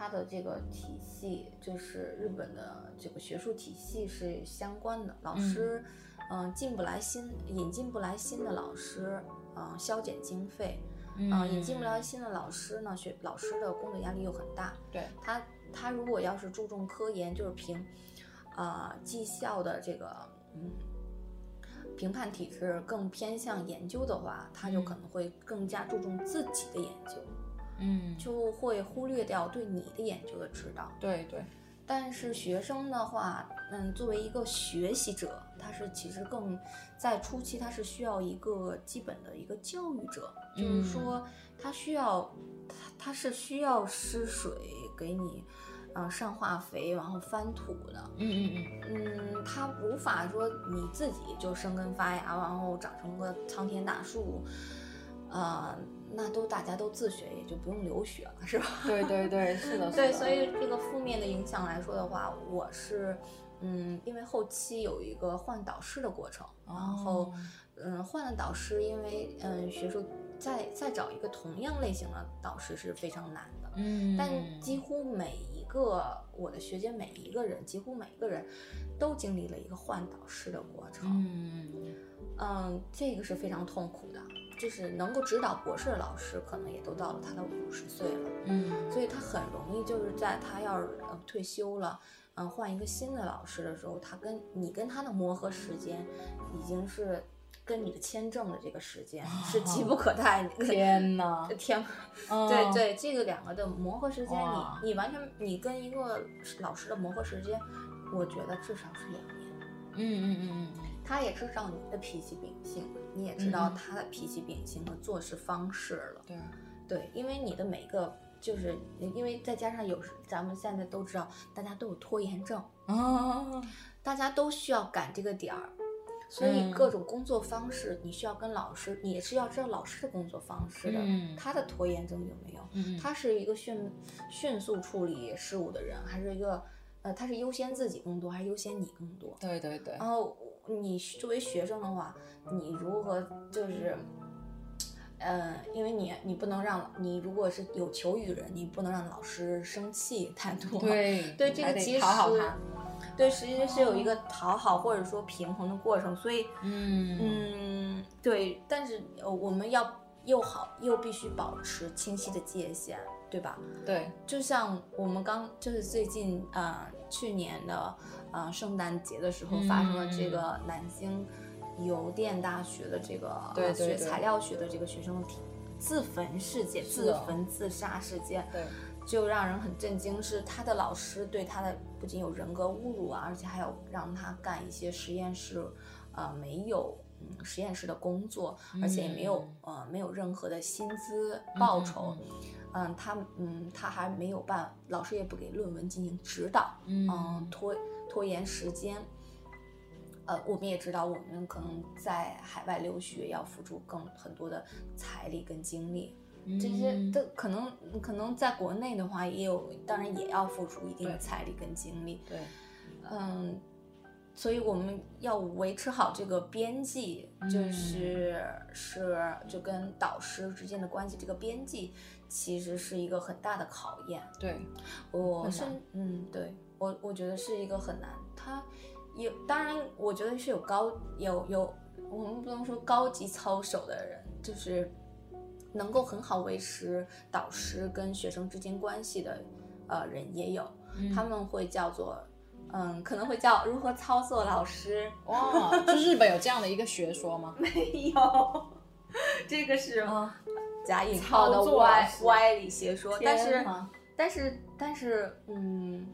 它的这个体系就是日本的这个学术体系是相关的，老师，嗯、进不来新引进不来新的老师，嗯、削减经费，嗯嗯、引进不来新的老师呢，学老师的工作压力又很大，对，他他如果要是注重科研，就是凭，呃，绩效的这个嗯评判体制更偏向研究的话，他就可能会更加注重自己的研究，嗯，就会忽略掉对你的研究的指导。对对，但是学生的话，嗯，作为一个学习者，他是其实更在初期，他是需要一个基本的一个教育者，就是说他需要，他他是需要施水给你，呃，上化肥，然后翻土的，嗯嗯嗯，他无法说你自己就生根发芽，然后长成个苍天大树，呃，那都大家都自学，也就不用留学了，是吧？ [LAUGHS] 嗯，对对对，是的，是对，的所以这个负面的影响来说的话，我是，嗯，因为后期有一个换导师的过程，然后哦，嗯，换了导师，因为嗯，学术再再找一个同样类型的导师是非常难的，嗯，但几乎每一个我的学姐每一个人，几乎每一个人都经历了一个换导师的过程，嗯嗯，这个是非常痛苦的，就是能够指导博士的老师，可能也都到了他的五十岁了。嗯所以他很容易就是在他要是呃退休了，嗯、换一个新的老师的时候，他跟你跟他的磨合时间已经是跟你的签证的这个 [LAUGHS] 时间是急不可待。嗯，天哪，天，对嗯，对，这个两个的磨合时间，哇你你完全你跟一个老师的磨合时间，我觉得至少是两年。嗯嗯嗯嗯。他也知道你的脾气秉性，你也知道嗯他的脾气秉性和做事方式了。对，对，因为你的每一个就是因为再加上有时咱们现在都知道，大家都有拖延症，啊，大家都需要赶这个点儿，所以嗯各种工作方式，你需要跟老师，你也是要知道老师的工作方式的，嗯他的拖延症有没有？嗯，他是一个迅迅速处理事务的人，还是一个呃，他是优先自己更多，还是优先你更多？对对对，然后你作为学生的话，你如何就是，呃，因为你你不能让你如果是有求于人，你不能让老师生气太多。对对，这还个得其实讨好他，对，实际是有一个讨好或者说平衡的过程，所以嗯嗯，对，但是呃我们要又好又必须保持清晰的界限，对吧？嗯对，就像我们刚就是最近呃去年的呃圣诞节的时候嗯发生了这个南京邮电大学的这个对呃对学对材料学的这个学生体自焚事件、是自的焚自杀事件，对，就让人很震惊。是他的老师对他的不仅有人格侮辱啊，而且还有让他干一些实验室呃没有。嗯，实验室的工作，而且也没有、呃没有任何的薪资报酬，嗯，他嗯，他还没有办，老师也不给论文进行指导，嗯嗯，拖拖延时间。呃，我们也知道，我们可能在海外留学要付出更很多的财力跟精力，这些都可能可能在国内的话，也有，当然也要付出一定的财力跟精力。对，嗯，所以我们要维持好这个边际，嗯就是是就跟导师之间的关系，这个边际其实是一个很大的考验。对，我很是难嗯，对我我觉得是一个很难，它有当然我觉得是有高有有，我们不能说高级操守的人，就是能够很好维持导师跟学生之间关系的呃人也有，嗯他们会叫做嗯，可能会叫如何操作老师，哇，就日本有这样的一个学说吗？ [LAUGHS] 没有， [LAUGHS] 这个是啊，假引号操的作老歪师歪理邪说，但是天。哪但是，但是，嗯，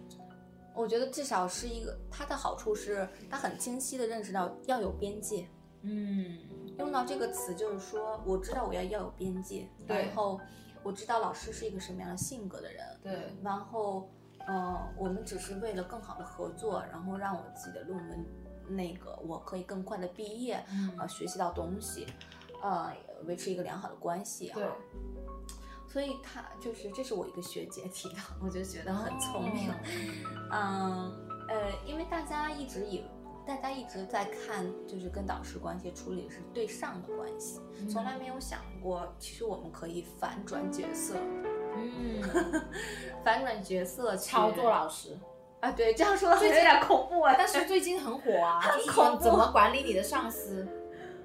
我觉得至少是一个它的好处是，它很清晰的认识到要有边界。嗯，用到这个词就是说，我知道我要要有边界，对然后我知道老师是一个什么样的性格的人，对，然后，呃，我们只是为了更好的合作，然后让我自己的论文那个我可以更快的毕业，呃，嗯，学习到东西，呃，维持一个良好的关系啊。对，所以他就是，这是我一个学姐提的，我就觉得很聪明。嗯，呃，因为大家一直以大家一直在看，就是跟导师关系处理是对上的关系，嗯从来没有想过，其实我们可以反转角色， [LAUGHS] 嗯，反转角色去操作老师。啊，对，这样说好像有点恐怖啊， [LAUGHS] 但是最近很火 [LAUGHS] 啊，就是说怎么管理你的上司。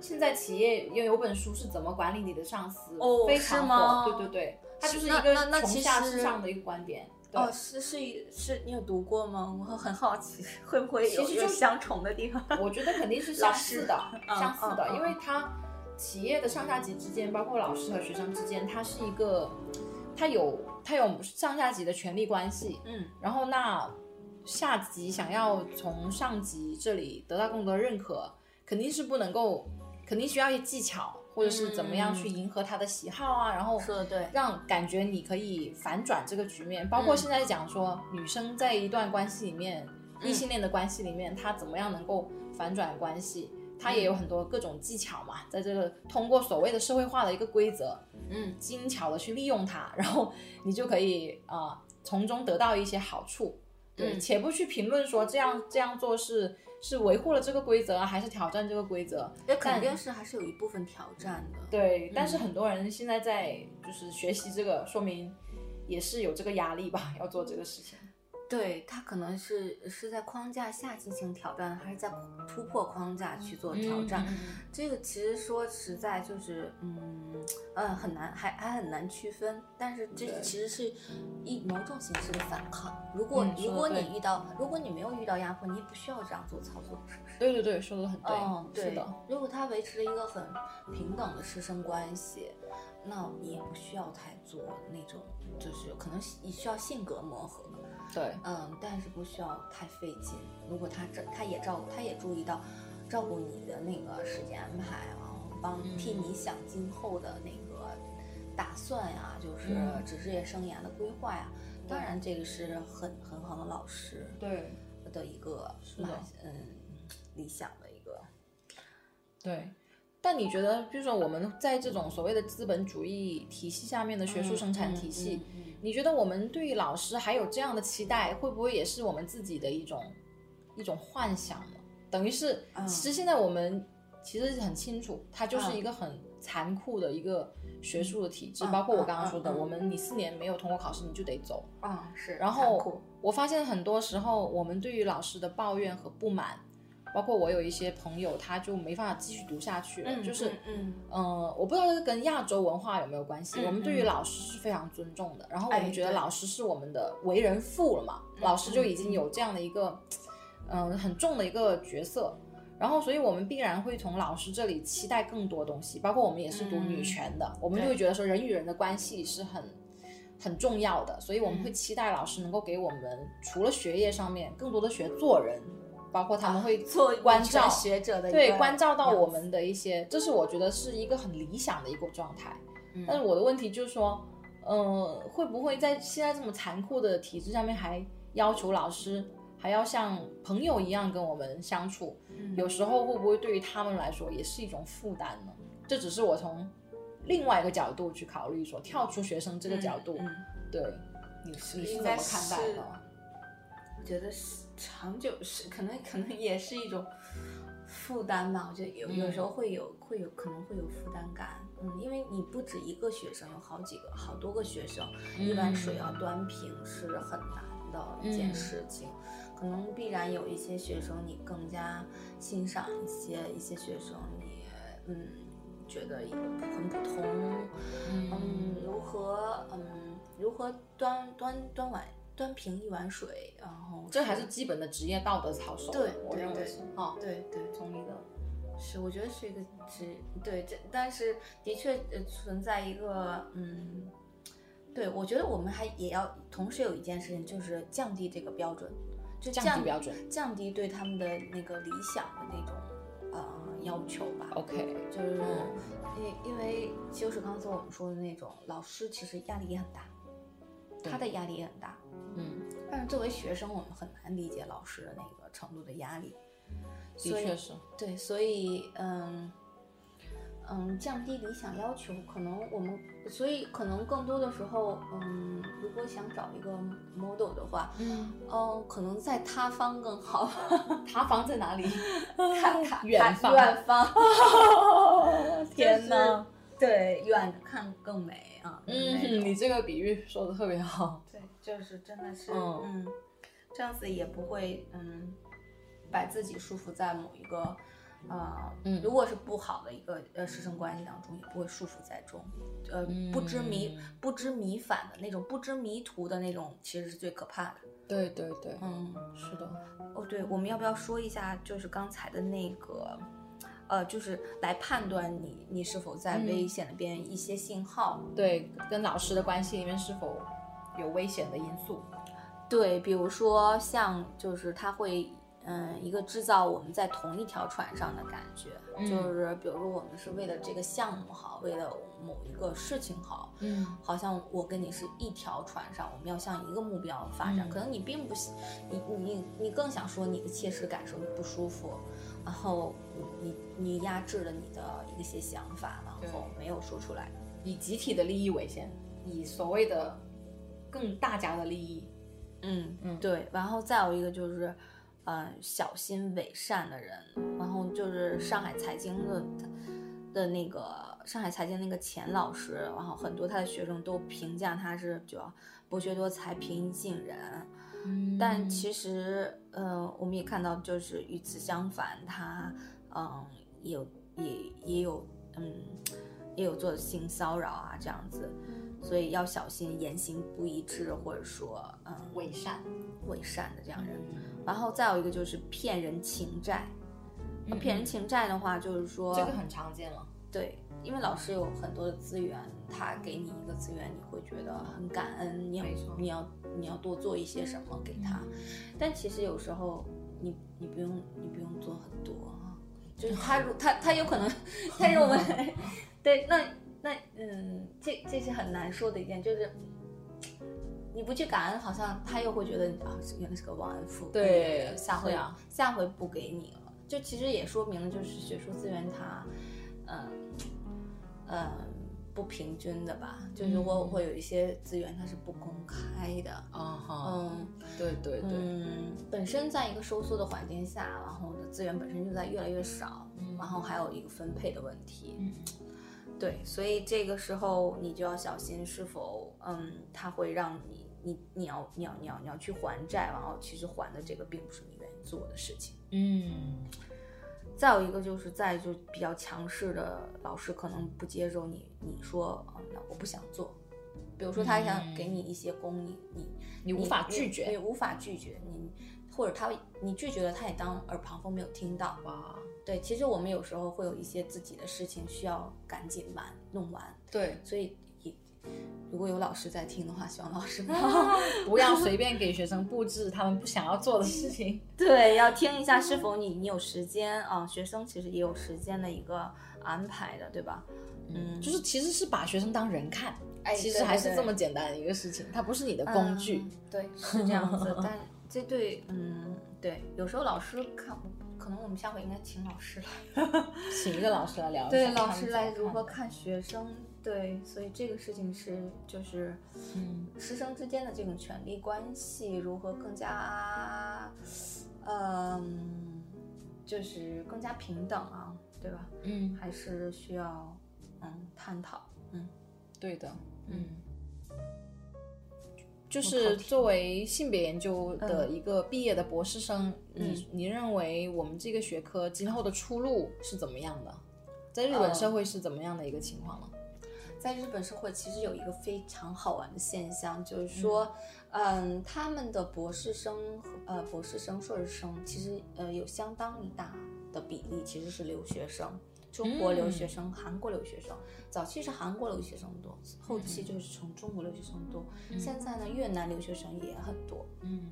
现在企业也有本书是怎么管理你的上司，哦非常是吗火。对对对，它就是一那那个那从其下实至上的一个观点。对哦，是是是，你有读过吗？我很好奇，会不会有其实就有相重的地方？ [LAUGHS] 我觉得肯定是相似的，嗯相似的，嗯嗯因为它企业的上下级之间，包括老师和学生之间，它是一个，它有它有上下级的权力关系，嗯然后那下级想要从上级这里得到更多的认可，肯定是不能够，肯定需要一些技巧，或者是怎么样去迎合他的喜好啊，然后说得对让感觉你可以反转这个局面。包括嗯现在讲说，女生在一段关系里面，异性恋的关系里面，她怎么样能够反转关系？她也有很多各种技巧嘛，在这个通过所谓的社会化的一个规则，嗯精巧的去利用它，然后你就可以啊、呃从中得到一些好处。对，嗯且不去评论说这样这样做是是维护了这个规则啊，还是挑战这个规则。也肯定是还是有一部分挑战的。对，但是很多人现在在就是学习这个，说明也是有这个压力吧，要 [LAUGHS] 做这个事情。对他可能是是在框架下进行挑战，还是在突破框架去做嗯挑战？这个其实说实在就是，嗯呃，很难，还还很难区分。但是这对其实是一某种形式的反抗。如果、嗯说得如果对你遇到，如果你没有遇到压迫，你也不需要这样做操作，是不是？对对对，说的很对，嗯，是对的，。如果他维持了一个很平等的师生关系，那你也不需要太做那种，就是可能你需要性格磨合。对，嗯，但是不需要太费劲。如果他这他也照他也注意到照顾你的那个时间安排啊，帮嗯替你想今后的那个打算呀、就是嗯职业生涯的规划呀、当然，这个是很很好的老师对的一个是的蛮嗯理想的一个对。但你觉得，比如说我们在这种所谓的资本主义体系下面的学术生产体系，嗯嗯嗯你觉得我们对老师还有这样的期待，会不会也是我们自己的一种一种幻想呢？等于是，嗯其实现在我们其实很清楚，它就是一个很残酷的一个学术的体制。嗯包括我刚刚说的，嗯嗯嗯我们你四年没有通过考试，你就得走。啊、是。然残酷后我发现很多时候，我们对于老师的抱怨和不满，包括我有一些朋友，他就没办法继续读下去了，就是嗯嗯，我不知道这跟亚洲文化有没有关系。嗯我们对于老师是非常尊重的，然后我哎们觉得对嗯老师是我们的为人父了嘛，老师就已经有这样的一个，嗯、很重的一个角色。然后，所以我们必然会从老师这里期待更多东西，包括我们也是读嗯女权的，我们就对会觉得说人与人的关系是很很重要的，所以我们嗯会期待老师能够给我们除了学业上面更多的学做人，包括他们会做关女权照学者的一对个关照到样我子们的一些，这是我觉得是一个很理想的一个状态。嗯但是我的问题就是说，呃，会不会在现在这么残酷的体制下面，还要求老师还要像朋友一样跟我们相处？嗯有时候会不会对于他们来说也是一种负担呢？这只是我从另外一个角度去考虑说，跳出学生这个角度，嗯对你是你是应怎么该看待的？啊我觉得是长久是可能可能也是一种负担吧。我觉得有有时候会有会有可能会有负担感，嗯，因为你不止一个学生，有好几个好多个学生，一嗯碗水啊要端平是很难的一件事情。嗯可能必然有一些学生你更加欣赏一些，一些学生你嗯觉得很普通，嗯，如何嗯如何端端端碗端平一碗水，然后这还是基本的职业道德操守，对我对认为对是啊，对对同意的。是，我觉得是一个职对这，但是的确呃存在一个嗯，对我觉得我们还也要同时有一件事情就是降低这个标准，就降低标准，降低对他们的那个理想的那种呃要求吧。 OK，就是哦嗯因因为就是刚才我们说的那种，老师其实压力也很大，对他的压力也很大。嗯，但是作为学生，我们很难理解老师的那个程度的压力。的所以确是，对，所以嗯嗯，降低理想要求，可能我们所以可能更多的时候，嗯，如果想找一个 model 的话，嗯，嗯，可能在他方更好，塌房在 [LAUGHS] 哪里？看他远看方远方， [LAUGHS] 天哪哪！对，远看更美啊，嗯，你你这个比喻说的特别好。对，就是真的是，嗯嗯，这样子也不会，嗯，把自己束缚在某一个。呃，嗯如果是不好的一个呃师生关系当中，也不会束缚在中，呃，不知迷嗯不知迷反的那种，不知迷途的那种，其实是最可怕的。对对对，嗯，是的，哦，对，我们要不要说一下，就是刚才的那个，呃，就是来判断你你是否在嗯危险的边缘一些信号？对，跟老师的关系里面是否有危险的因素？对，比如说像就是它会。嗯，一个制造我们在同一条船上的感觉，嗯就是比如说我们是为了这个项目好，为了某一个事情好，嗯好像我跟你是一条船上，我们要向一个目标发展。嗯可能你并不喜，你你你更想说你的切实感受不舒服，然后你你你压制了你的一些想法，然后没有说出来。以集体的利益为先，以所谓的更大家的利益，嗯嗯对。然后再有一个就是，呃，小心伪善的人。然后就是上海财经的的那个上海财经那个钱老师，然后很多他的学生都评价他是比较博学多才、平易近人。嗯但其实，呃，我们也看到，就是与此相反，他，嗯，也有也也有，嗯，也有做性骚扰啊这样子，嗯所以要小心言行不一致，或者说，嗯，伪善，嗯伪善的这样人。然后再有一个就是骗人情债，呃嗯骗人情债的话，就是说，这个很常见了。对，因为老师有很多的资源，他给你一个资源，你会觉得很感恩，你要没错嗯你要你要多做一些什么给他，但其实有时候你你不用你不用做很多啊，就是 [LAUGHS] 他如他他有可能他认为， [LAUGHS] 对，那那嗯，这这是很难说的一件，就是。你不去感恩，好像他又会觉得啊，原来是个忘恩负义的对人，下回是啊下回不给你了。就其实也说明了，就是学术资源它，嗯嗯不平均的吧，就是我嗯会有一些资源它是不公开的。啊哈，嗯对对对，嗯，本身在一个收缩的环境下，然后我的资源本身就在越来越少，嗯然后还有一个分配的问题。嗯对，所以这个时候你就要小心，是否嗯，它会让你你你要你要你要你要去还债，然后其实还的这个并不是你愿意做的事情。嗯，再有一个就是在就比较强势的老师可能不接受你，你说啊、那我不想做。比如说他想嗯给你一些功，你你你无法拒你，你绝无法拒绝你，或者他你拒绝了，他也当耳旁风没有听到。哇，对，其实我们有时候会有一些自己的事情需要赶紧完弄完，对，所以也如果有老师在听的话，希望老师不要 [LAUGHS] [LAUGHS] 不要随便给学生布置他们不想要做的事情。对，要听一下是否你你有时间啊，学生其实也有时间的一个安排的，对吧？嗯就是其实是把学生当人看，哎其对实对还是对这么简单的一个事情，它不是你的工具。 [LAUGHS] 嗯对，是这样子。但这对，嗯，对，有时候老师看可能我们下回应该请老师来。请一个老师来聊一下，嗯对看老他们师怎来么如看何的，看学生，对，所以这个事情是就是嗯，师生之间的这种权利关系如何更加，嗯，就是更加平等啊，对吧？嗯，还是需要嗯探讨，嗯对的，嗯嗯。就靠是题作为性别研究的嗯一个毕业的博士生，嗯你你认为我们这个学科今后的出路是怎么样的？在日本呃社会是怎么样的一个情况呢？在日本社会其实有一个非常好玩的现象，就是说，嗯，他们的博士生和呃博士生、硕士生，其实呃有相当一大的比例其实是留学生，中国留学生、韩国留学生，早期是韩国留学生多，后期就是从中国留学生多，现在呢越南留学生也很多，嗯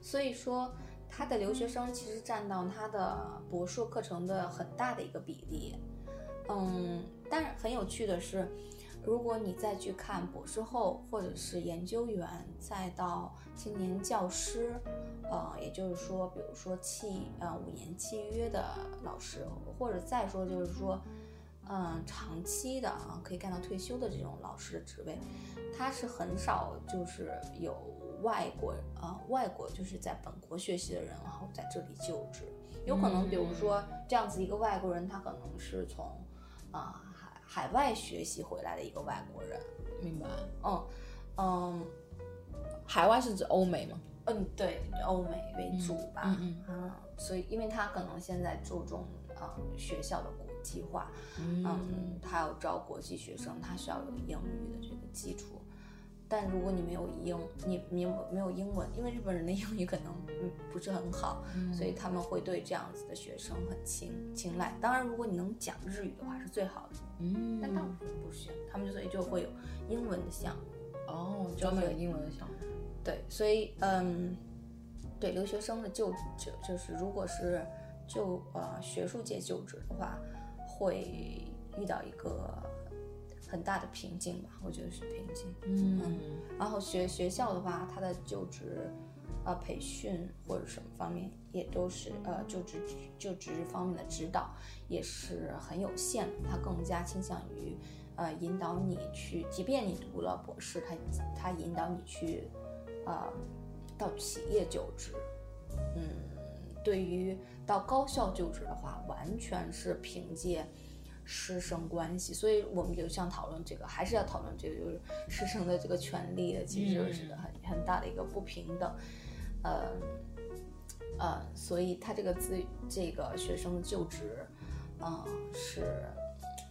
所以说，他的留学生其实占到他的博硕课程的很大的一个比例。嗯，但是很有趣的是，如果你再去看博士后或者是研究员，再到青年教师，呃，也就是说，比如说契呃五年契约的老师，或者再说就是说，嗯、长期的啊可以干到退休的这种老师的职位，他是很少就是有外国呃外国就是在本国学习的人，然后在这里就职。有可能，比如说这样子一个外国人，他可能是从啊、海海外学习回来的一个外国人。明白。嗯嗯海外是指欧美吗？嗯，对，欧美为主吧。嗯啊所以因为他可能现在注重啊、学校的国际化，嗯，嗯，他要招国际学生，他需要有英语的这个基础。但如果你没有英，你你没有英文，因为日本人的 [LAUGHS] 英语可能嗯不是很好，嗯所以他们会对这样子的学生很青青睐。当然，如果你能讲日语的话是最好的，嗯，但大部分不行，他们就所以就会有英文的项目。哦，专门有英文的项目。对，所以嗯，对留学生的就就就是，如果是就呃学术界就职的话，会遇到一个很大的瓶颈吧，我觉得是瓶颈。嗯然后学学校的话，它的就职呃培训或者什么方面也都是呃就职就职方面的指导也是很有限的，它更加倾向于呃引导你去，即便你读了博士，它它引导你去呃到企业就职，嗯，对于到高校就职的话，完全是凭借师生关系，所以我们就想讨论这个，还是要讨论这个，就是师生的这个权利的，其实是很很大的一个不平等，呃呃，所以他这个自这个学生的就职，嗯、是。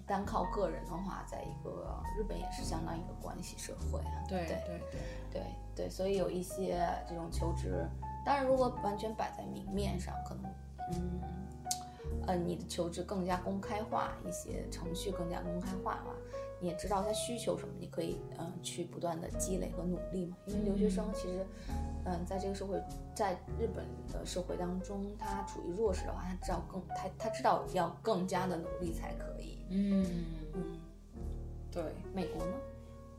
单靠个人的话，在一个日本也是相当一个关系社会啊，对对对对，对对，所以有一些这种求职，当然如果完全摆在明面上，可能嗯呃你的求职更加公开化，一些程序更加公开化嘛，你也知道他需求什么，你可以嗯、呃去不断的积累和努力嘛。因为留学生其实嗯、呃在这个社会，在日本的社会当中，他处于弱势的话，他知道更他他知道要更加的努力才可以。嗯嗯，对。美国呢？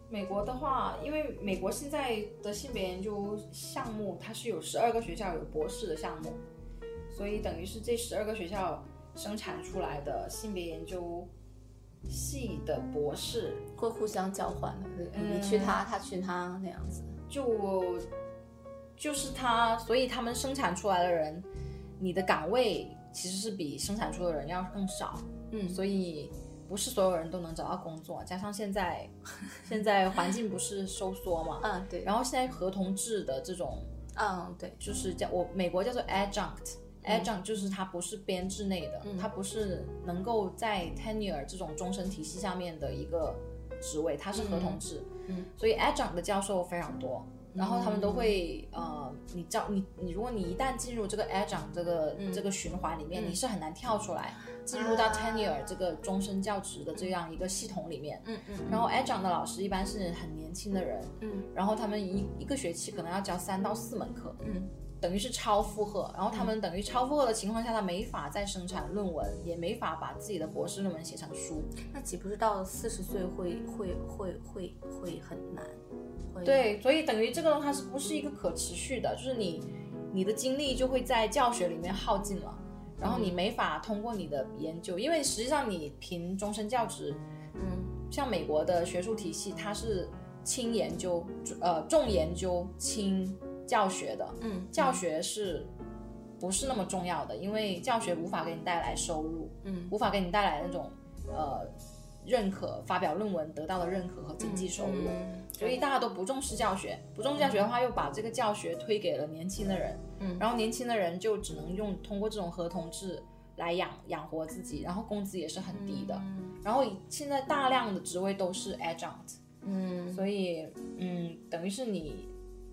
美国的话，因为美国现在的性别研究项目，它是有十二个学校有博士的项目，所以等于是这十二个学校生产出来的性别研究系的博士，会互相交换的，对你嗯去他，他去他那样子。就就是他，所以他们生产出来的人，你的岗位其实是比生产出的人要更少，嗯所以不是所有人都能找到工作，加上现在现在环境不是收缩嘛，嗯，对，然后现在合同制的这种。嗯，对，就是叫我美国叫做 adjunct。adjunct 嗯就是它不是编制内的，它不是能够在 tenure 这种终身体系下面的一个职位，它是合同制，嗯所以 adjunct 的教授非常多，然后他们都会嗯呃，你教你你，如果你一旦进入这个 adjunct 这个、这个循环里面，你是很难跳出来，进入到嗯啊 tenure 这个终身教职的这样一个系统里面，嗯嗯然后 adjunct 的老师一般是很年轻的人，嗯，然后他们一一个学期可能要教三到四门课，嗯，等于是超负荷。然后他们等于超负荷的情况下，他没法再生产论文，也没法把自己的博士论文写成书。嗯那岂不是到四十岁会会会会会很难？会，对，所以等于这个它是不是一个可持续的？就是你你的精力就会在教学里面耗尽了，然后你没法通过你的研究，因为实际上你凭终身教职，嗯像美国的学术体系，它是轻研究，呃，重研究轻教学的，嗯，教学是不是那么重要的？因为教学无法给你带来收入，嗯，无法给你带来那种呃认可、发表论文得到的认可和经济收入，嗯所以大家都不重视教学。不重视教学的话，又把这个教学推给了年轻的人，嗯然后年轻的人就只能用通过这种合同制来养养活自己，然后工资也是很低的。然后现在大量的职位都是 adjunct，嗯，所以嗯，等于是你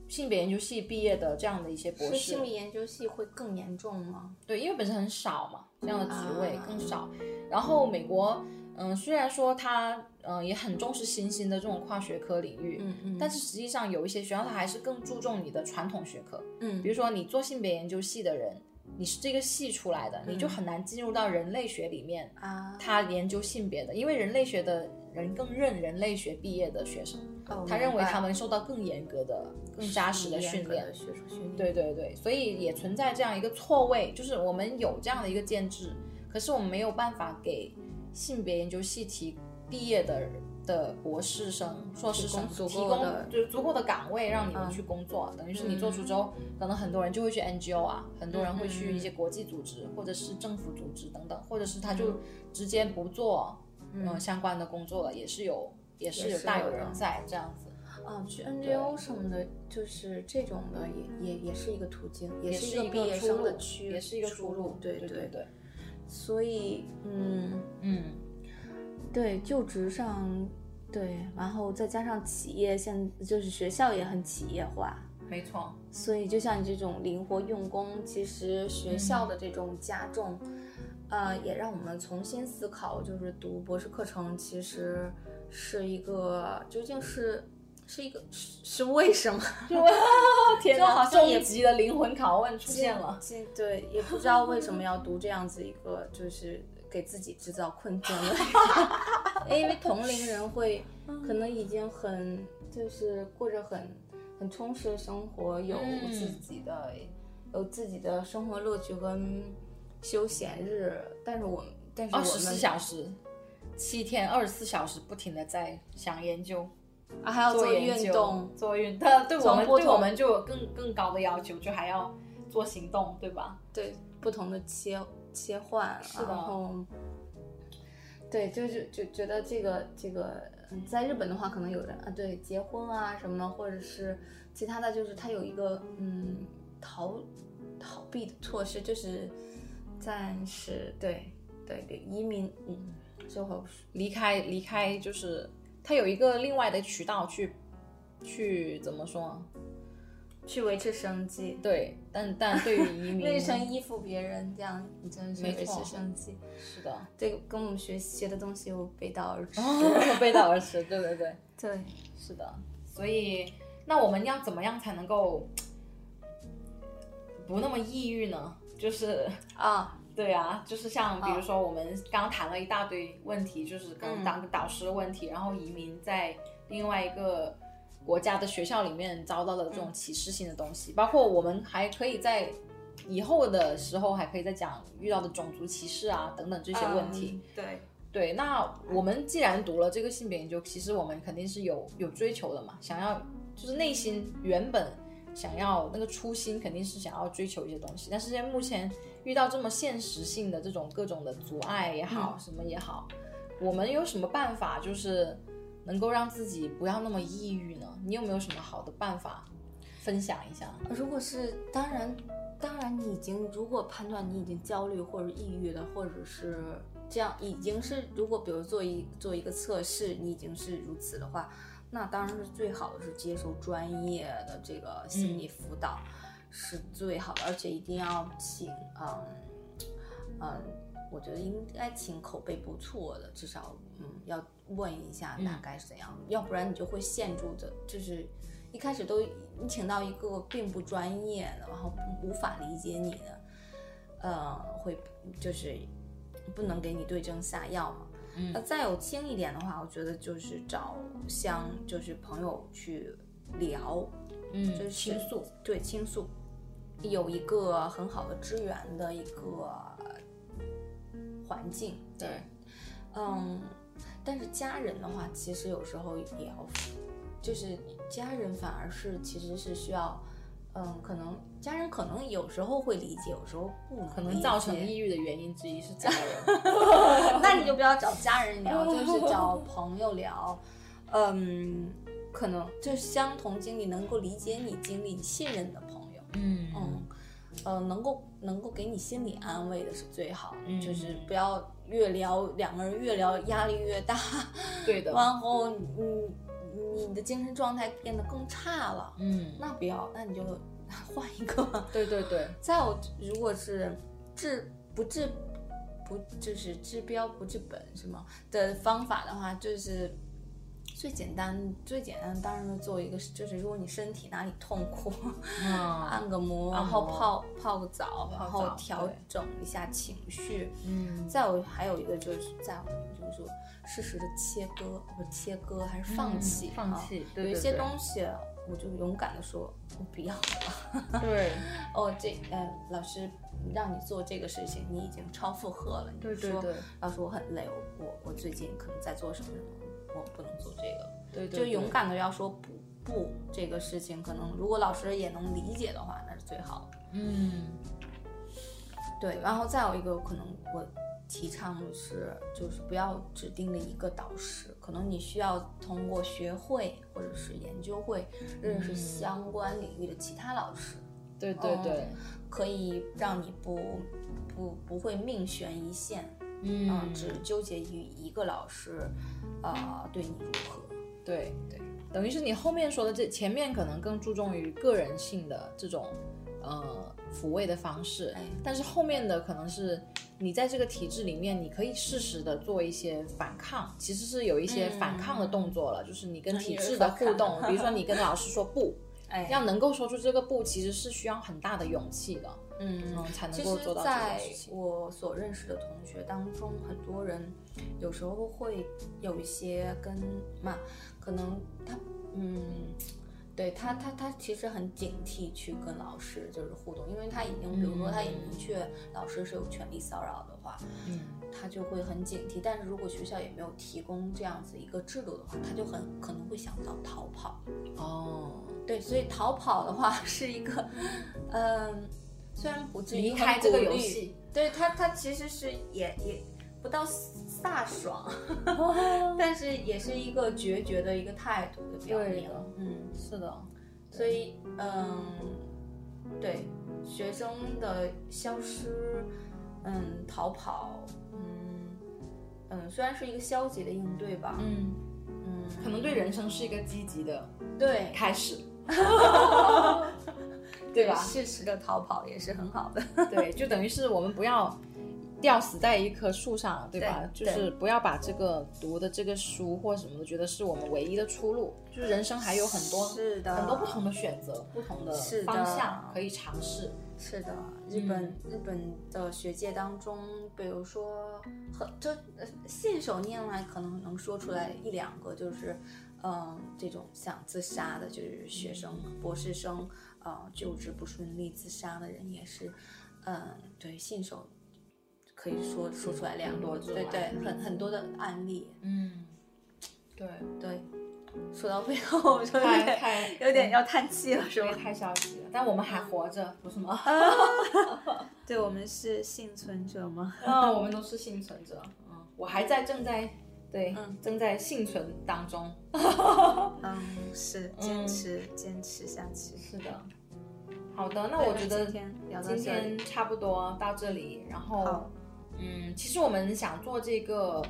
性别研究系毕业的这样的一些博是士心，理研究系会更严重吗？对，因为本身很少嘛，这样的职位啊更少。然后美国，嗯，虽然说它嗯、也很重视新兴的这种跨学科领域，嗯嗯但是实际上有一些学校它还是更注重你的传统学科，嗯比如说你做性别研究系的人，你是这个系出来的，嗯你就很难进入到人类学里面，啊，他研究性别的，因为人类学的人更认人类学毕业的学生，哦他认为明白他们受到更严格的、更扎实的训练严格的。学术训练，对对对，所以也存在这样一个错位，就是我们有这样的一个建制，可是我们没有办法给性别研究系提毕业的的博士生、硕士生提供足提够供的嗯就是足够的岗位让你们去工作，等于是你做出之后，可能很多人就会去 NGO 啊，很多人会去嗯一些国际组织或者是政府组织等等，或者是他就嗯直接不做嗯、呃相关的工作了，也是有也是也有是大有有的人在这样子。啊，去 NGO 什么的，就是这种的也也也是一个途径，也也是是个毕业出生路的，区，也是一个出出路。对对对。对，所以，嗯，嗯。对，就职上，对，然后再加上企业现就是学校也很企业化，没 [LAUGHS] 错，所以就像你这种灵活用工，其实学校的这种加重，呃，也让我们重新思考，就是读博士课程其实是一个究竟是是一个是是为什么？天哪好像终终极的灵魂拷问出现 [LAUGHS] 了。这对，也不知道为什么要读这样子一个，就是给自己制造困境的， [LAUGHS] 因为同龄人会嗯可能已经很就是过着很很充实的生活，有嗯自己的、有自己的生活乐趣跟休闲日，但是我们但是我二们哦十四小时，七天，二十四小时不停的在想研究、啊还要做研运究、动，做运动。 [LAUGHS] 对我从们不对同我们就有更更高的要求，就还要做行动，对吧？对不同的切切换，的然后对，就是就觉得这个这个，嗯在日本的话，可能有人啊，对结婚啊什么的，或者是其他的，就是他有一个嗯逃逃避的措施，就是暂时对对对移民，嗯，最后离开离开就是它有一个另外的渠道去去怎么说？去维持生计，对，但但对于移 [LAUGHS] 民，那身依附别人，这样你真的是没维持错生计。是的，这个跟我们学学的东西又背道而驰。背道而驰，对对对。对，是的，所以那我们要怎么样才能够不那么抑郁呢？就是啊，对啊，就是像比如说我们刚谈了一大堆问题，就是跟当导师的问题，然后移民在另外一个国家的学校里面遭到的这种歧视性的东西，包括我们还可以在。以后的时候还可以再讲遇到的种族歧视啊等等这些问题，嗯。对，对，那我们既然读了这个性别研究，其实我们肯定是有有追求的嘛，想要就是内心原本想要那个初心，肯定是想要追求一些东西。但是现在目前遇到这么现实性的这种各种的阻碍也好，嗯什么也好，我们有什么办法就是能够让自己不要那么抑郁呢？你有没有什么好的办法分享一下？如果是当然，当然你已经如果判断你已经焦虑或者抑郁了，或者是这样已经是如果比如做一做一个测试，你已经是如此的话，那当然是最好的是接受专业的这个心理辅导、是最好的，而且一定要请嗯嗯，我觉得应该请口碑不错的，至少嗯要问一下大概是怎样，要不然你就会陷住的，就是一开始都你请到一个并不专业的，然后无法理解你的，呃，会就是不能给你对症下药嘛。嗯那再有轻一点的话，我觉得就是找像就是朋友去聊，嗯，就是倾诉，对倾诉，有一个很好的支援的一个环境。对，嗯，但是家人的话，其实有时候也要，就是家人反而是其实是需要，嗯，可能家人可能有时候会理解，有时候不能，可能造成抑郁的原因之一是家人。 [LAUGHS] 那你就不要找家人 [LAUGHS] 聊，就是找朋友聊，嗯，可能就是相同经历、能够理解你经历、信任的朋友，嗯嗯，呃，能够能够给你心理安慰的是最好的，嗯就是不要越聊两个人越聊压力越大，对的，然后你你你的精神状态变得更差了，嗯，那不要，那你就 [LAUGHS] 换一个吧。对对对，再有，如果是治不治不就是治标不治本是吗？的方法的话，就是最简单最简单，当然是做一个，就是如果你身体哪里痛苦， [LAUGHS] 嗯按个摩，按然摩后泡泡个澡，泡然澡后调对整一下情绪。嗯，再有还有一个就是再有就是说适时的切割，不是切割还是放弃、嗯放啊弃对对有一些对东西，我就勇敢的说，我不要。 [LAUGHS] 对哦，这呃，老师让你做这个事情，你已经超负荷了。你对对说对老师我很累，我我我最近可能在做什么什么，我不能做这个，对对，就勇敢的要说不不这个事情，可能如果老师也能理解的话，那是最好的。对，嗯对，然后再有一个可能我提倡的是，就是不要指定了一个导师，可能你需要通过学会或者是研究会认嗯识相关领域的其他老师。对对哦对，可以让你不不不会命悬一线，嗯只纠结于一个老师，呃，对你如何？对。对，等于是你后面说的这前面可能更注重于个人性的这种呃抚慰的方式哎，但是后面的可能是你在这个体制里面，你可以适时的做一些反抗，其实是有一些反抗的动作了，就是嗯你跟体制的互动，比如 [LAUGHS] 说你跟老师说不，哎，要能够说出这个不，其实是需要很大的勇气的，嗯嗯，，才能其够实做到这在件事情。我所认识的同学当中，很多人有时候会有一些跟嘛，可能他嗯。对他，他他其实很警惕去跟老师就是互动，因为他已经，比如说他已经明确老师是有权利骚扰的话，嗯，他就会很警惕。但是如果学校也没有提供这样子一个制度的话，他就很可能会想到逃跑。哦，对，所以逃跑的话是一个，嗯，虽然不至于离很开这个鼓游励戏，对他他其实是也也不到飒爽， [LAUGHS] 但是也是一个决绝的一个态度的表对明的。嗯，是的，所以嗯，对学生的消失，嗯，逃跑，嗯嗯，虽然是一个消极的应对吧，嗯，嗯，可能对人生是一个积极的对开 [LAUGHS] 始，对吧适时的逃跑也是很好的，对，就等于是我们不要吊死在一棵树上，对吧？对就是不要把这个读的这个书或什么的，觉得是我们唯一的出路。就是人生还有很多是的，很多不同的选择，不同的是的方向可以尝试。是的，日本、日本的学界当中，比如说很就呃信手拈来，可能能说出来一两个，就是嗯这种想自杀的，就是学生、博士生，呃就职不顺利自杀的人也是，嗯对，信手可以说说出来两多个，这种对对案例，很很多的案例，嗯，对，对。说到背后，我就有太点太有点要叹气了，是因吗为？太消极了，但我们还活着，不是 [LAUGHS] 吗？对我们是幸存者吗？嗯， [LAUGHS] 我们都是幸存者。嗯，我还在正在对、嗯正在幸存当中。嗯，是坚持、坚持下去。是的。好的，那我觉得天聊今天差不多到这里，然后好，嗯，其实我们想做这个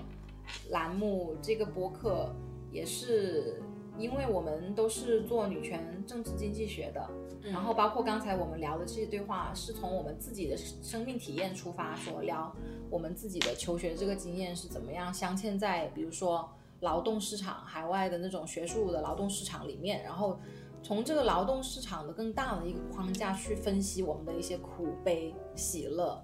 栏目，这个播客，也是因为我们都是做女权政治经济学的，嗯然后包括刚才我们聊的这些对话，是从我们自己的生命体验出发，所聊我们自己的求学这个经验是怎么样镶嵌在，比如说劳动市场、海外的那种学术的劳动市场里面，然后从这个劳动市场的更大的一个框架去分析我们的一些苦悲喜乐，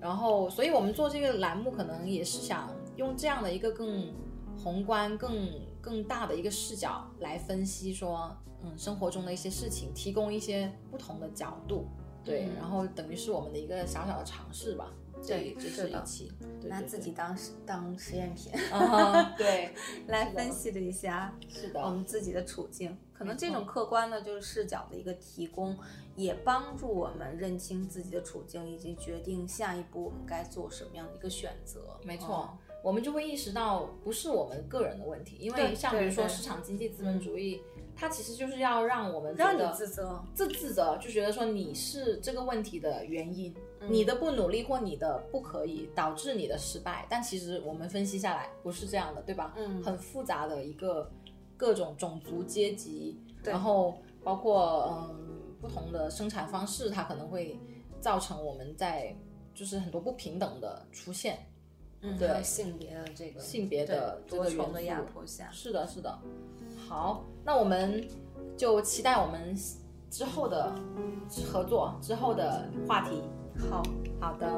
然后，所以我们做这个栏目可能也是想用这样的一个更宏观、更更大的一个视角呃来分析说，嗯，生活中的一些事情，提供一些不同的角度。对，嗯然后等于是我们的一个小小的尝试吧。对这这是是的一期，对拿对自对 [LAUGHS] 己当实当实验品啊，对， [LAUGHS] 来是的分析了一下是我的，们自己的处境，可能这种没错客观的就是视角的一个提供，也帮助我们认清自己的处境，以及决定下一步我们该做什么样的一个选择。哦没错，我们就会意识到不是我们个人的问题，因为对像比如对说对市场经济资本主义，它其实就是要让我们嗯，觉让你得自责，自自责，就觉得说你是这个问题的原因，嗯你的不努力或你的不可以导致你的失败。但其实我们分析下来不是这样的，对吧？嗯很复杂的一个各种种族阶级，对然后包括嗯不同的生产方式，它可能会造成我们在就是很多不平等的出现，嗯，对还有性别的这个性别的对这多个重的元压素。迫下，是的，是的。好，那我们就期待我们之后的合作，之后的话题。好。好的，